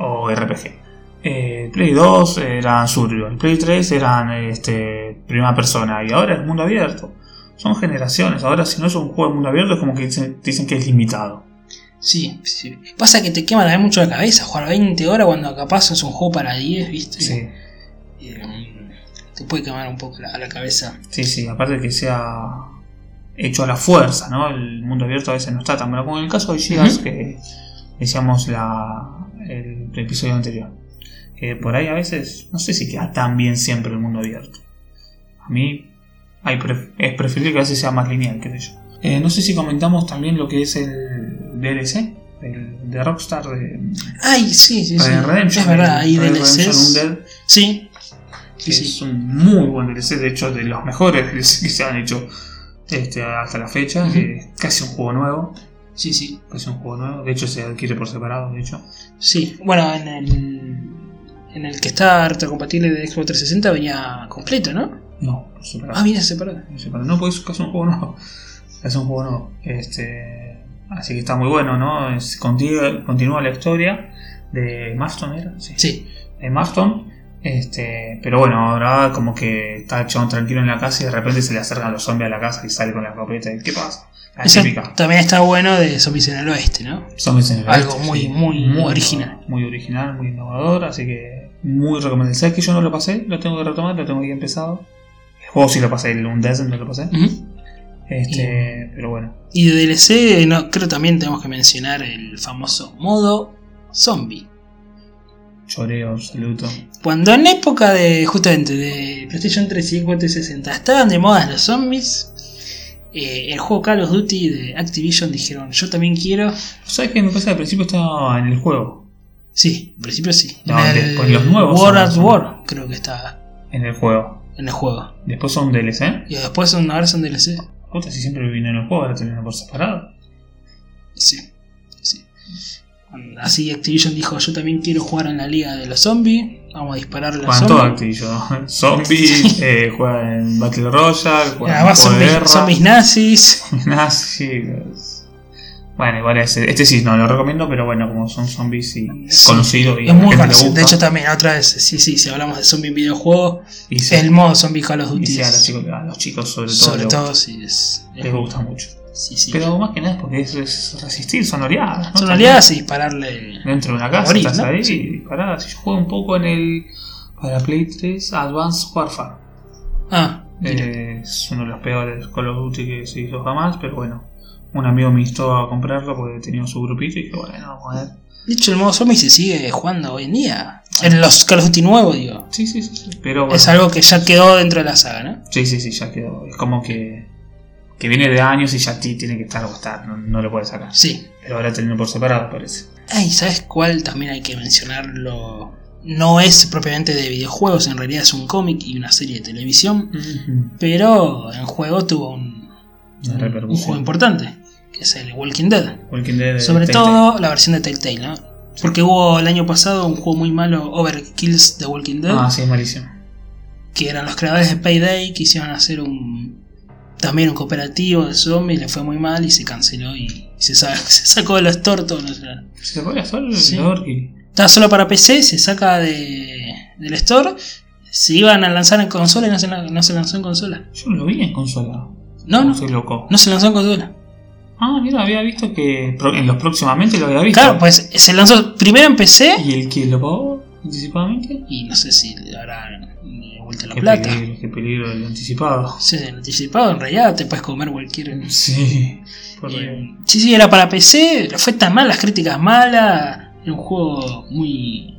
Speaker 1: o RPG. Eh, Play 2 eran Survival. Play 3 eran este, primera persona. Y ahora es mundo abierto. Son generaciones. Ahora si no es un juego de mundo abierto es como que dicen, dicen que es limitado.
Speaker 2: Sí, sí. Pasa que te quema también mucho la cabeza jugar 20 horas cuando capaz es un juego para 10, ¿viste?
Speaker 1: Sí,
Speaker 2: Eh, te puede quemar un poco la, la cabeza.
Speaker 1: sí, sí. Aparte que sea hecho a la fuerza, ¿no? El mundo abierto a veces no está tan bueno como en el caso de Gigas
Speaker 2: Ujú.
Speaker 1: que decíamos la, el, episodio anterior. Que por ahí a veces no sé si queda tan bien siempre el mundo abierto. A mí hay pref- es preferible que a veces sea más lineal, qué sé yo. Eh, no sé si comentamos también lo que es el DLC el- de Rockstar de,
Speaker 2: Ay, sí, sí, sí.
Speaker 1: Red Dead Redemption.
Speaker 2: es verdad, hay
Speaker 1: Red Dead Redemption
Speaker 2: DLCs.
Speaker 1: Undead,
Speaker 2: Sí. Sí,
Speaker 1: que
Speaker 2: sí.
Speaker 1: es un muy buen DLC, de hecho, de los mejores DLC que se han hecho este, hasta la fecha.
Speaker 2: Ujú.
Speaker 1: que es casi un juego nuevo.
Speaker 2: Sí, sí.
Speaker 1: Casi un juego nuevo. De hecho, se adquiere por separado, de hecho.
Speaker 2: Sí. Bueno, en el, en el que está retrocompatible de Xbox 360 venía completo, ¿no?
Speaker 1: No, por separado.
Speaker 2: Ah, viene separado.
Speaker 1: Por separado. No, porque es casi un juego nuevo. Es un juego nuevo. Este, así que está muy bueno, ¿no? Es- continúa, continúa la historia de Marston, ¿era?
Speaker 2: Sí.
Speaker 1: de Marston. Este, pero bueno, ahora como que está el chabón tranquilo en la casa y de repente se le acercan los zombies a la casa y sale con la escopeta y ¿qué pasa? La
Speaker 2: Esa
Speaker 1: típica.
Speaker 2: también está bueno de Zombies en el Oeste, ¿no?
Speaker 1: Zombies en el
Speaker 2: Algo
Speaker 1: oeste,
Speaker 2: muy, muy original.
Speaker 1: Muy original, muy innovador, así que muy recomendable. ¿Sabes que yo no lo pasé? Lo tengo que retomar, lo tengo aquí empezado. El juego sí lo pasé, el Undead no lo pasé.
Speaker 2: Ujú.
Speaker 1: Este, pero bueno.
Speaker 2: Y de DLC, no, creo también tenemos que mencionar el famoso modo zombie.
Speaker 1: Choreo absoluto.
Speaker 2: Cuando en la época de, justamente, de PlayStation 3 y Xbox 360 estaban de moda los zombies, eh, el juego Call of Duty de Activision dijeron, yo también quiero.
Speaker 1: ¿Sabes que me parece que al principio estaba en el juego?
Speaker 2: Sí, en principio sí.
Speaker 1: No,
Speaker 2: en el
Speaker 1: después los nuevos
Speaker 2: War at
Speaker 1: zombies, ¿no?
Speaker 2: War creo que estaba
Speaker 1: En el juego.
Speaker 2: en el juego.
Speaker 1: Después son DLC.
Speaker 2: Y después son, ahora son DLC.
Speaker 1: Puta, si siempre vino en el juego, ahora terminó por separado.
Speaker 2: Sí, sí. Cuando- Así Activision dijo, yo también quiero jugar en la liga de los zombies. Vamos a disparar a los
Speaker 1: Juegan todo
Speaker 2: zombies.
Speaker 1: actillo. *laughs* Zombies, eh, juegan en Battle Royale, juegan en
Speaker 2: Además
Speaker 1: juego de
Speaker 2: zombies,
Speaker 1: guerra.
Speaker 2: zombies nazis.
Speaker 1: *laughs* nazis. Ah, Bueno, igual ese, este sí no lo recomiendo, pero bueno, como son zombies y
Speaker 2: Sí,
Speaker 1: conocido y
Speaker 2: Es muy
Speaker 1: la gente lo
Speaker 2: conocido. De
Speaker 1: busca,
Speaker 2: hecho, también, otra vez, sí, sí, si hablamos de zombie en videojuegos,
Speaker 1: y se-
Speaker 2: el modo zombie Call of
Speaker 1: y
Speaker 2: Duty
Speaker 1: se a, los
Speaker 2: es-
Speaker 1: chicos, a los chicos sobre todo,
Speaker 2: sobre
Speaker 1: les,
Speaker 2: todo, sí, es. es-
Speaker 1: les gusta mucho.
Speaker 2: sí, sí.
Speaker 1: Pero más que nada es porque es, es resistir, son oleadas. ¿no? Eh,
Speaker 2: Son aliadas y dispararle.
Speaker 1: Dentro de una casa,
Speaker 2: Morir,
Speaker 1: estás
Speaker 2: ¿no?
Speaker 1: ahí
Speaker 2: Sí.
Speaker 1: y parás. Yo juego un poco en el. Para Play 3, Advanced Warfare.
Speaker 2: Ah, mira.
Speaker 1: Eh, es uno de los peores Call of Duty que se hizo jamás, pero bueno. Un amigo me instó a comprarlo porque tenía su grupito y dije, bueno, vamos a ver.
Speaker 2: De hecho, el modo zombie se sigue jugando hoy en día. En los Call of Duty nuevos, digo.
Speaker 1: Sí, sí, sí. sí. Pero bueno,
Speaker 2: Es algo que ya quedó dentro de la saga, ¿no?
Speaker 1: sí, sí, sí, ya quedó. Es como que, que viene de años y ya ti tiene que estar o estar, no, no lo puedes sacar.
Speaker 2: Sí.
Speaker 1: Pero ahora terminó por separado, parece.
Speaker 2: Ay, ¿sabes cuál también hay que mencionarlo? No es propiamente de videojuegos, en realidad es un cómic y una serie de televisión. Pero en juego tuvo un,
Speaker 1: Una repercusión.
Speaker 2: un juego importante, que es el Walking Dead.
Speaker 1: Walking Dead de
Speaker 2: Sobre
Speaker 1: Telltale.
Speaker 2: todo la versión de Telltale, ¿no? Porque hubo el año pasado un juego muy malo, Overkills de Walking Dead,
Speaker 1: Ah, sí, es malísimo.
Speaker 2: que eran los creadores de Payday, quisieron hacer un también un cooperativo de zombies, le fue muy mal y se canceló y se, sa- *laughs* se sacó de los tortos. no sé.
Speaker 1: ¿Se sacó la sol?
Speaker 2: Sí.
Speaker 1: la Orki?
Speaker 2: Está solo para PC, se saca de, del store, se iban a lanzar en consola y no se, la- no se lanzó en consola.
Speaker 1: Yo no lo vi en consola.
Speaker 2: No, no,
Speaker 1: Soy loco.
Speaker 2: no se lanzó en consola.
Speaker 1: Ah, mira, había visto que pro- en los próximamente lo había visto.
Speaker 2: Claro, pues se lanzó primero en PC
Speaker 1: ¿Y el que lo pagó anticipadamente?
Speaker 2: y no sé si le habrá vuelto la
Speaker 1: Qué
Speaker 2: plata.
Speaker 1: peligro, qué peligro el anticipado.
Speaker 2: Sí, el anticipado en realidad te puedes comer cualquier.
Speaker 1: Sí. Por Dios.
Speaker 2: Eh, sí, sí, era para PC, fue tan mal, las críticas malas, era un juego muy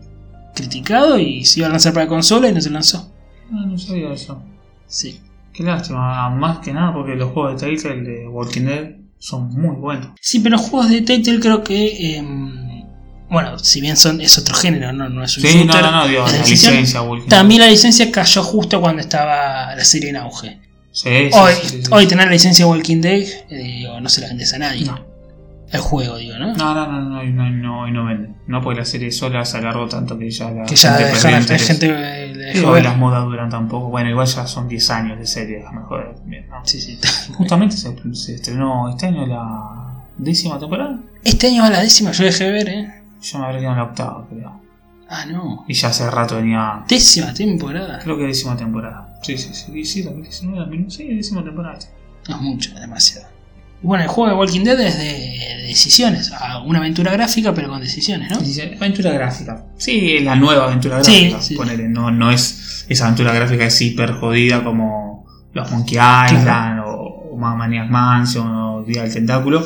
Speaker 2: criticado y se iba a lanzar para consola y no se lanzó.
Speaker 1: Ah, no sabía eso.
Speaker 2: Sí.
Speaker 1: Qué lástima, ah, más que nada porque los juegos de Telltale de Walking Dead son muy buenos.
Speaker 2: Sí, pero los juegos de Telltale creo que. em, bueno, si bien son es otro género, no, no es un
Speaker 1: Sí, no,
Speaker 2: shooter,
Speaker 1: no, no,
Speaker 2: la
Speaker 1: Dios, la
Speaker 2: licencia-
Speaker 1: licencia Walking
Speaker 2: También la licencia cayó justo cuando estaba la serie en auge.
Speaker 1: Dead. Sí, sí,
Speaker 2: Hoy,
Speaker 1: sí, sí, sí.
Speaker 2: hoy tener la licencia de Walking Dead, eh, digo, no se la vendes a nadie.
Speaker 1: No.
Speaker 2: El juego, digo, ¿no?
Speaker 1: No, no, no, no, no, no, no vende. No porque la serie sola se alargó tanto que ya la
Speaker 2: que ya
Speaker 1: gente
Speaker 2: deja
Speaker 1: perdió
Speaker 2: la la
Speaker 1: interés.
Speaker 2: gente. eh, le dejó
Speaker 1: Digo,
Speaker 2: ver.
Speaker 1: las modas duran tampoco. Bueno, igual ya son 10 años de serie, a lo mejor. bien, ¿no?
Speaker 2: Sí, *laughs* sí.
Speaker 1: Justamente se, se estrenó este año la décima temporada.
Speaker 2: Este año va la décima, yo dejé de ver, ¿eh?
Speaker 1: Yo me habré quedado en la octava, creo.
Speaker 2: Ah, no.
Speaker 1: Y ya hace rato venía.
Speaker 2: Décima temporada.
Speaker 1: Creo que décima temporada. Sí, sí, sí. Sí, 2019, 2020, sí, décima temporada.
Speaker 2: No es mucho, es demasiado. Y Bueno, el juego de Walking Dead es de decisiones. Ah, una aventura gráfica, pero con decisiones, ¿no?
Speaker 1: Dice, Aventura gráfica. Sí, es la nueva aventura
Speaker 2: Sí,
Speaker 1: gráfica.
Speaker 2: sí, sí.
Speaker 1: ponele. No, no es esa aventura gráfica es hiper jodida como los Monkey Island o, o Ma- Maniac Mansion o Día del Tentáculo.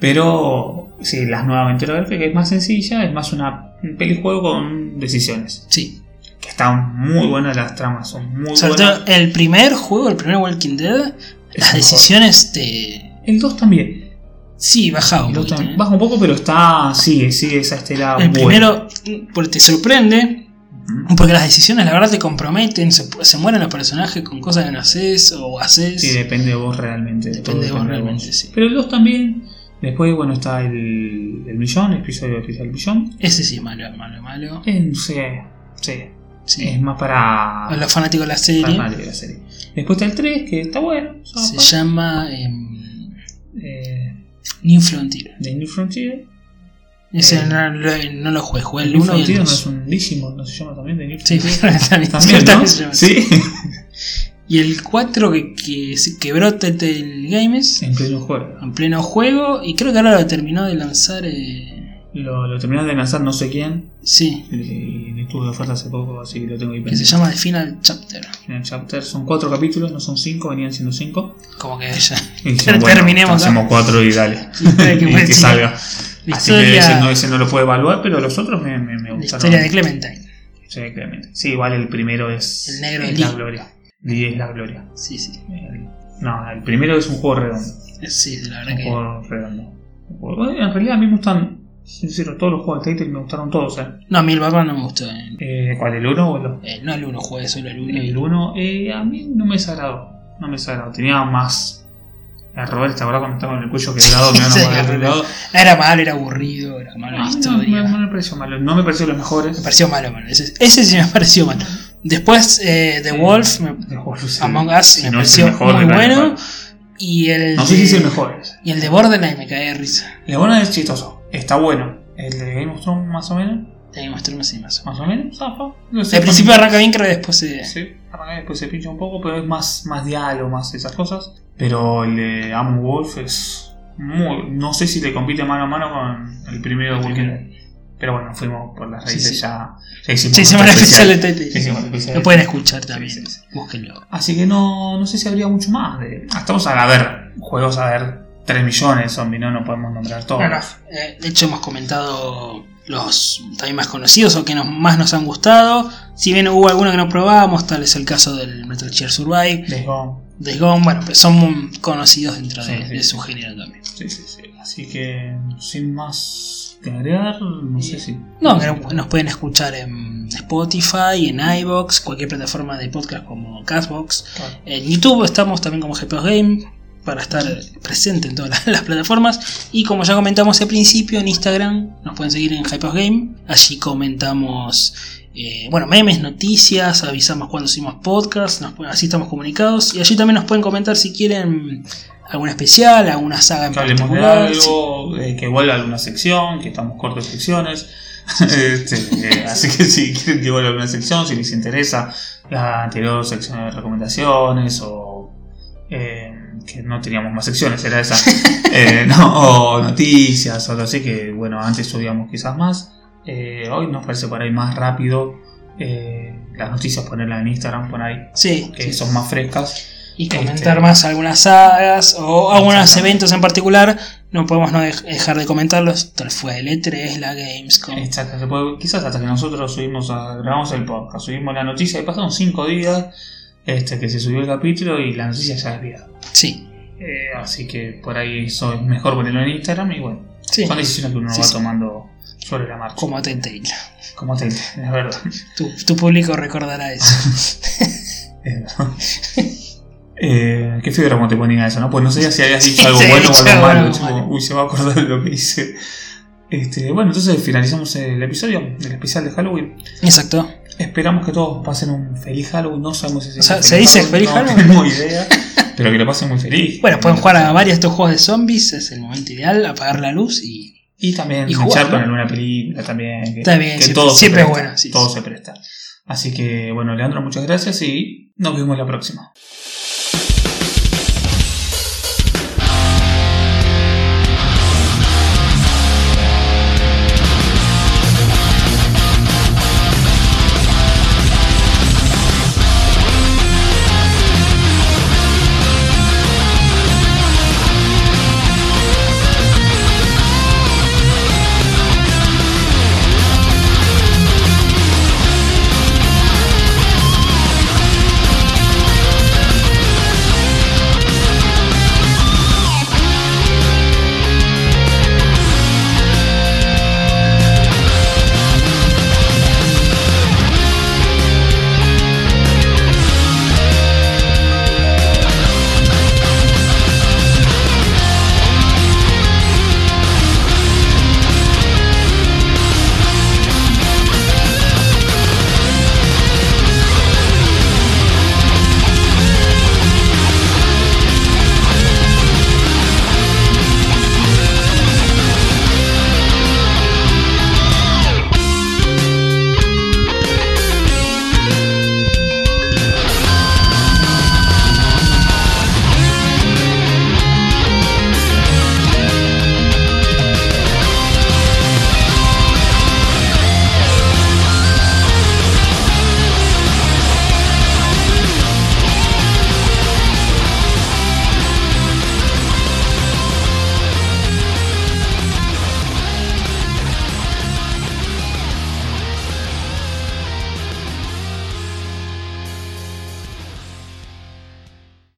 Speaker 1: Pero sí, la nueva aventura gráfica es más sencilla, es más una un pelijuego con decisiones.
Speaker 2: Sí.
Speaker 1: Que están muy buenas las tramas, son muy
Speaker 2: Sobre
Speaker 1: buenas.
Speaker 2: todo el primer juego, el primer Walking Dead,
Speaker 1: Es
Speaker 2: las
Speaker 1: mejor.
Speaker 2: decisiones te.
Speaker 1: El 2 también.
Speaker 2: Sí, bajaba un
Speaker 1: El 2
Speaker 2: poquito.
Speaker 1: también.
Speaker 2: ¿eh?
Speaker 1: Baja un poco, pero está. sigue, sigue esa estela
Speaker 2: El
Speaker 1: buena.
Speaker 2: primero mm, porque te sorprende,
Speaker 1: Ujú.
Speaker 2: porque las decisiones la verdad te comprometen, se, se mueren los personajes con cosas que no haces o haces.
Speaker 1: Sí, depende de vos realmente.
Speaker 2: Depende
Speaker 1: todo
Speaker 2: de vos realmente, sí.
Speaker 1: Pero el 2 también. Después, bueno, está el, el millón, el episodio especial millón.
Speaker 2: Ese sí es malo, malo, malo.
Speaker 1: Eh, no sé, sí,
Speaker 2: Sí.
Speaker 1: Es más para.
Speaker 2: A los fanáticos de la serie.
Speaker 1: para madre de la serie. Después está el 3, que está bueno. está
Speaker 2: Se
Speaker 1: bueno.
Speaker 2: llama eh,
Speaker 1: Eh,
Speaker 2: New Frontier.
Speaker 1: The New Frontier.
Speaker 2: Ese
Speaker 1: Eh,
Speaker 2: no, lo- no lo jugué, jugué el
Speaker 1: New
Speaker 2: 1 y el
Speaker 1: Frontier no
Speaker 2: 2.
Speaker 1: es un Digimon, no se llama también The New *laughs*
Speaker 2: Sí, *laughs*
Speaker 1: Frontier.
Speaker 2: también,
Speaker 1: También,
Speaker 2: también
Speaker 1: ¿no?
Speaker 2: se llama.
Speaker 1: Sí.
Speaker 2: Y el 4 que, que se quebró Telltale
Speaker 1: *laughs*
Speaker 2: Games
Speaker 1: en pleno juego.
Speaker 2: en pleno juego. Y creo que ahora lo terminó de lanzar. eh,
Speaker 1: Lo, lo terminaron de lanzar no sé quién. eh,
Speaker 2: sí,
Speaker 1: Y estuvo de oferta hace poco, así que lo tengo ahí
Speaker 2: que se
Speaker 1: pendiente.
Speaker 2: llama The Final Chapter.
Speaker 1: En el chapter son cuatro capítulos, no son cinco, venían siendo cinco.
Speaker 2: Como que *laughs* ya.
Speaker 1: Y
Speaker 2: Pero terminemos, ¿no?
Speaker 1: Hacemos cuatro y dale.
Speaker 2: Historia que
Speaker 1: Y
Speaker 2: fue,
Speaker 1: que
Speaker 2: sí.
Speaker 1: salga.
Speaker 2: La
Speaker 1: Así que ese no,
Speaker 2: historia,
Speaker 1: ese no lo puedo evaluar, pero los otros me, me, me
Speaker 2: la
Speaker 1: gustaron.
Speaker 2: historia de Clementine.
Speaker 1: Sí, claramente. Sí, igual el primero es.
Speaker 2: El negro
Speaker 1: es
Speaker 2: Lee.
Speaker 1: la gloria. Lee es la gloria.
Speaker 2: Sí, sí.
Speaker 1: El- no, el primero es un juego redondo.
Speaker 2: Sí, la verdad
Speaker 1: Un
Speaker 2: que.
Speaker 1: juego redondo. Un juego- Bueno, en realidad a mí me gustan. Sincero, todos los juegos de Title me gustaron todos, ¿eh?
Speaker 2: No, a mí el Batman no me gustó. eh.
Speaker 1: Eh, cuál ¿El 1 o el 2?
Speaker 2: Eh, no el 1, jugué solo el 1.
Speaker 1: El 1 eh, a mí no me desagradó. No me desagradó. Tenía más. La Roberta, ahora cuando estaba con el cuello
Speaker 2: *laughs*
Speaker 1: quebrado, me van a
Speaker 2: Sí,
Speaker 1: poner
Speaker 2: claro.
Speaker 1: quebrado.
Speaker 2: Era malo, era aburrido, era mala la
Speaker 1: No, no,
Speaker 2: historia.
Speaker 1: Ah, no me pareció malo. No me pareció los mejores.
Speaker 2: Me pareció malo, malo. Ese, ese sí me pareció malo. Después eh, The Wolf, me-
Speaker 1: The Wolf, sí.
Speaker 2: Among Us,
Speaker 1: Si
Speaker 2: me
Speaker 1: no es el
Speaker 2: pareció
Speaker 1: mejor,
Speaker 2: muy
Speaker 1: no es el
Speaker 2: bueno.
Speaker 1: mejor.
Speaker 2: Y el,
Speaker 1: No sé si es el
Speaker 2: de-
Speaker 1: mejor.
Speaker 2: y el de Borderline me cae de risa.
Speaker 1: El bueno es chistoso. Está bueno. El de Game of Thrones, más o menos.
Speaker 2: Tenía que mostrarme así más. o
Speaker 1: Más o menos, zafa. No
Speaker 2: menos.
Speaker 1: sé,
Speaker 2: Al principio
Speaker 1: también-
Speaker 2: arranca bien, creo que después se.
Speaker 1: Sí, arranca y después se pincha un poco, pero es más, más diálogo, más esas cosas. Pero el de Among Wolf es muy. No sé si le compite mano a mano con el primero de Walking Dead. Pero bueno, fuimos por las
Speaker 2: Sí,
Speaker 1: raíces
Speaker 2: sí.
Speaker 1: ya. Ya hicimos
Speaker 2: Se hicieron
Speaker 1: nuestro
Speaker 2: especial de
Speaker 1: especial. Ya
Speaker 2: Telltale.
Speaker 1: hicimos el especial.
Speaker 2: Lo pueden escuchar también.
Speaker 1: Sí, sí, sí.
Speaker 2: Búsquenlo.
Speaker 1: Así que no, no sé si habría mucho más. De... ah, Estamos a ver, juegos a ver 3 millones de zombies, ¿no? No podemos nombrar todos.
Speaker 2: Bueno, eh, de hecho, hemos comentado los también más conocidos o que nos, más nos han gustado. Si bien hubo algunos que no probábamos, tal es el caso del Metal Gear Survive.
Speaker 1: Days Gone.
Speaker 2: Days Gone, bueno, pues son muy conocidos dentro de,
Speaker 1: Sí, sí,
Speaker 2: de
Speaker 1: sí.
Speaker 2: su género también.
Speaker 1: Sí, sí, sí. Así que sin más que agregar, no sé si.
Speaker 2: No, que no- nos pueden escuchar en Spotify, en iBox, cualquier plataforma de podcast como Castbox.
Speaker 1: Claro.
Speaker 2: En YouTube estamos también como GPOS Game para estar presente en todas *laughs* las, las plataformas. Y como ya comentamos al principio, en Instagram nos pueden seguir en GPOS Game. Allí comentamos, eh, bueno, memes, noticias, avisamos cuando subimos podcast, nos pueden- así estamos comunicados. Y allí también nos pueden comentar si quieren algún especial, alguna saga en
Speaker 1: Que hablemos de
Speaker 2: particular. si-
Speaker 1: algo, eh, que vuelva alguna sección, que estamos cortos de secciones. Este, eh, así que si quieren que vuelva alguna sección, si les interesa la anterior sección de recomendaciones o eh, que no teníamos más secciones, era esa. Eh, no, o noticias o algo así, que bueno, antes subíamos quizás más. Eh, hoy nos parece por ahí más rápido eh, las noticias, ponerlas en Instagram por ahí,
Speaker 2: Sí,
Speaker 1: que
Speaker 2: sí.
Speaker 1: son más frescas.
Speaker 2: y comentar
Speaker 1: Este.
Speaker 2: más algunas sagas o algunos
Speaker 1: Exacto.
Speaker 2: eventos en particular. No podemos no dej- dejar de comentarlos. Tal fue el E3, la Gamescom.
Speaker 1: Exacto, se puede- quizás hasta que nosotros subimos a- grabamos el podcast, subimos la noticia y pasaron cinco días este, que se subió el capítulo y la noticia ya es vieja.
Speaker 2: Sí,
Speaker 1: Eh, así que por ahí eso es mejor ponerlo en Instagram y bueno,
Speaker 2: sí.
Speaker 1: son decisiones que uno
Speaker 2: Sí,
Speaker 1: va
Speaker 2: sí.
Speaker 1: tomando sobre la marcha.
Speaker 2: Como Telltale.
Speaker 1: Como te es verdad. *laughs*
Speaker 2: Tu, tu público recordará eso.
Speaker 1: Es verdad. Eh, qué feo era cuando te ponía eso, ¿no? Pues no sabía si habías dicho
Speaker 2: *laughs* Sí,
Speaker 1: algo
Speaker 2: sí,
Speaker 1: bueno o
Speaker 2: dicho
Speaker 1: algo
Speaker 2: algo
Speaker 1: malo.
Speaker 2: malo.
Speaker 1: tipo, uy, se va a acordar de lo que hice. Este, bueno, entonces finalizamos el episodio, el especial de Halloween.
Speaker 2: *laughs* Exacto.
Speaker 1: Esperamos que todos pasen un feliz Halloween. No sabemos si
Speaker 2: O sea, ¿se dice feliz Halloween?
Speaker 1: No tengo idea, pero que lo pasen muy feliz.
Speaker 2: Bueno, pueden jugar a varios de estos juegos de zombies, es el momento ideal, apagar la luz y.
Speaker 1: Y también
Speaker 2: Y
Speaker 1: y
Speaker 2: jugar,
Speaker 1: con
Speaker 2: ¿no?
Speaker 1: alguna película también. Que,
Speaker 2: Está bien,
Speaker 1: que
Speaker 2: siempre-
Speaker 1: todo se
Speaker 2: siempre es
Speaker 1: presta,
Speaker 2: bueno, sí,
Speaker 1: todo
Speaker 2: sí.
Speaker 1: se presta. Así que, bueno, Leandro, muchas gracias y nos vemos la próxima.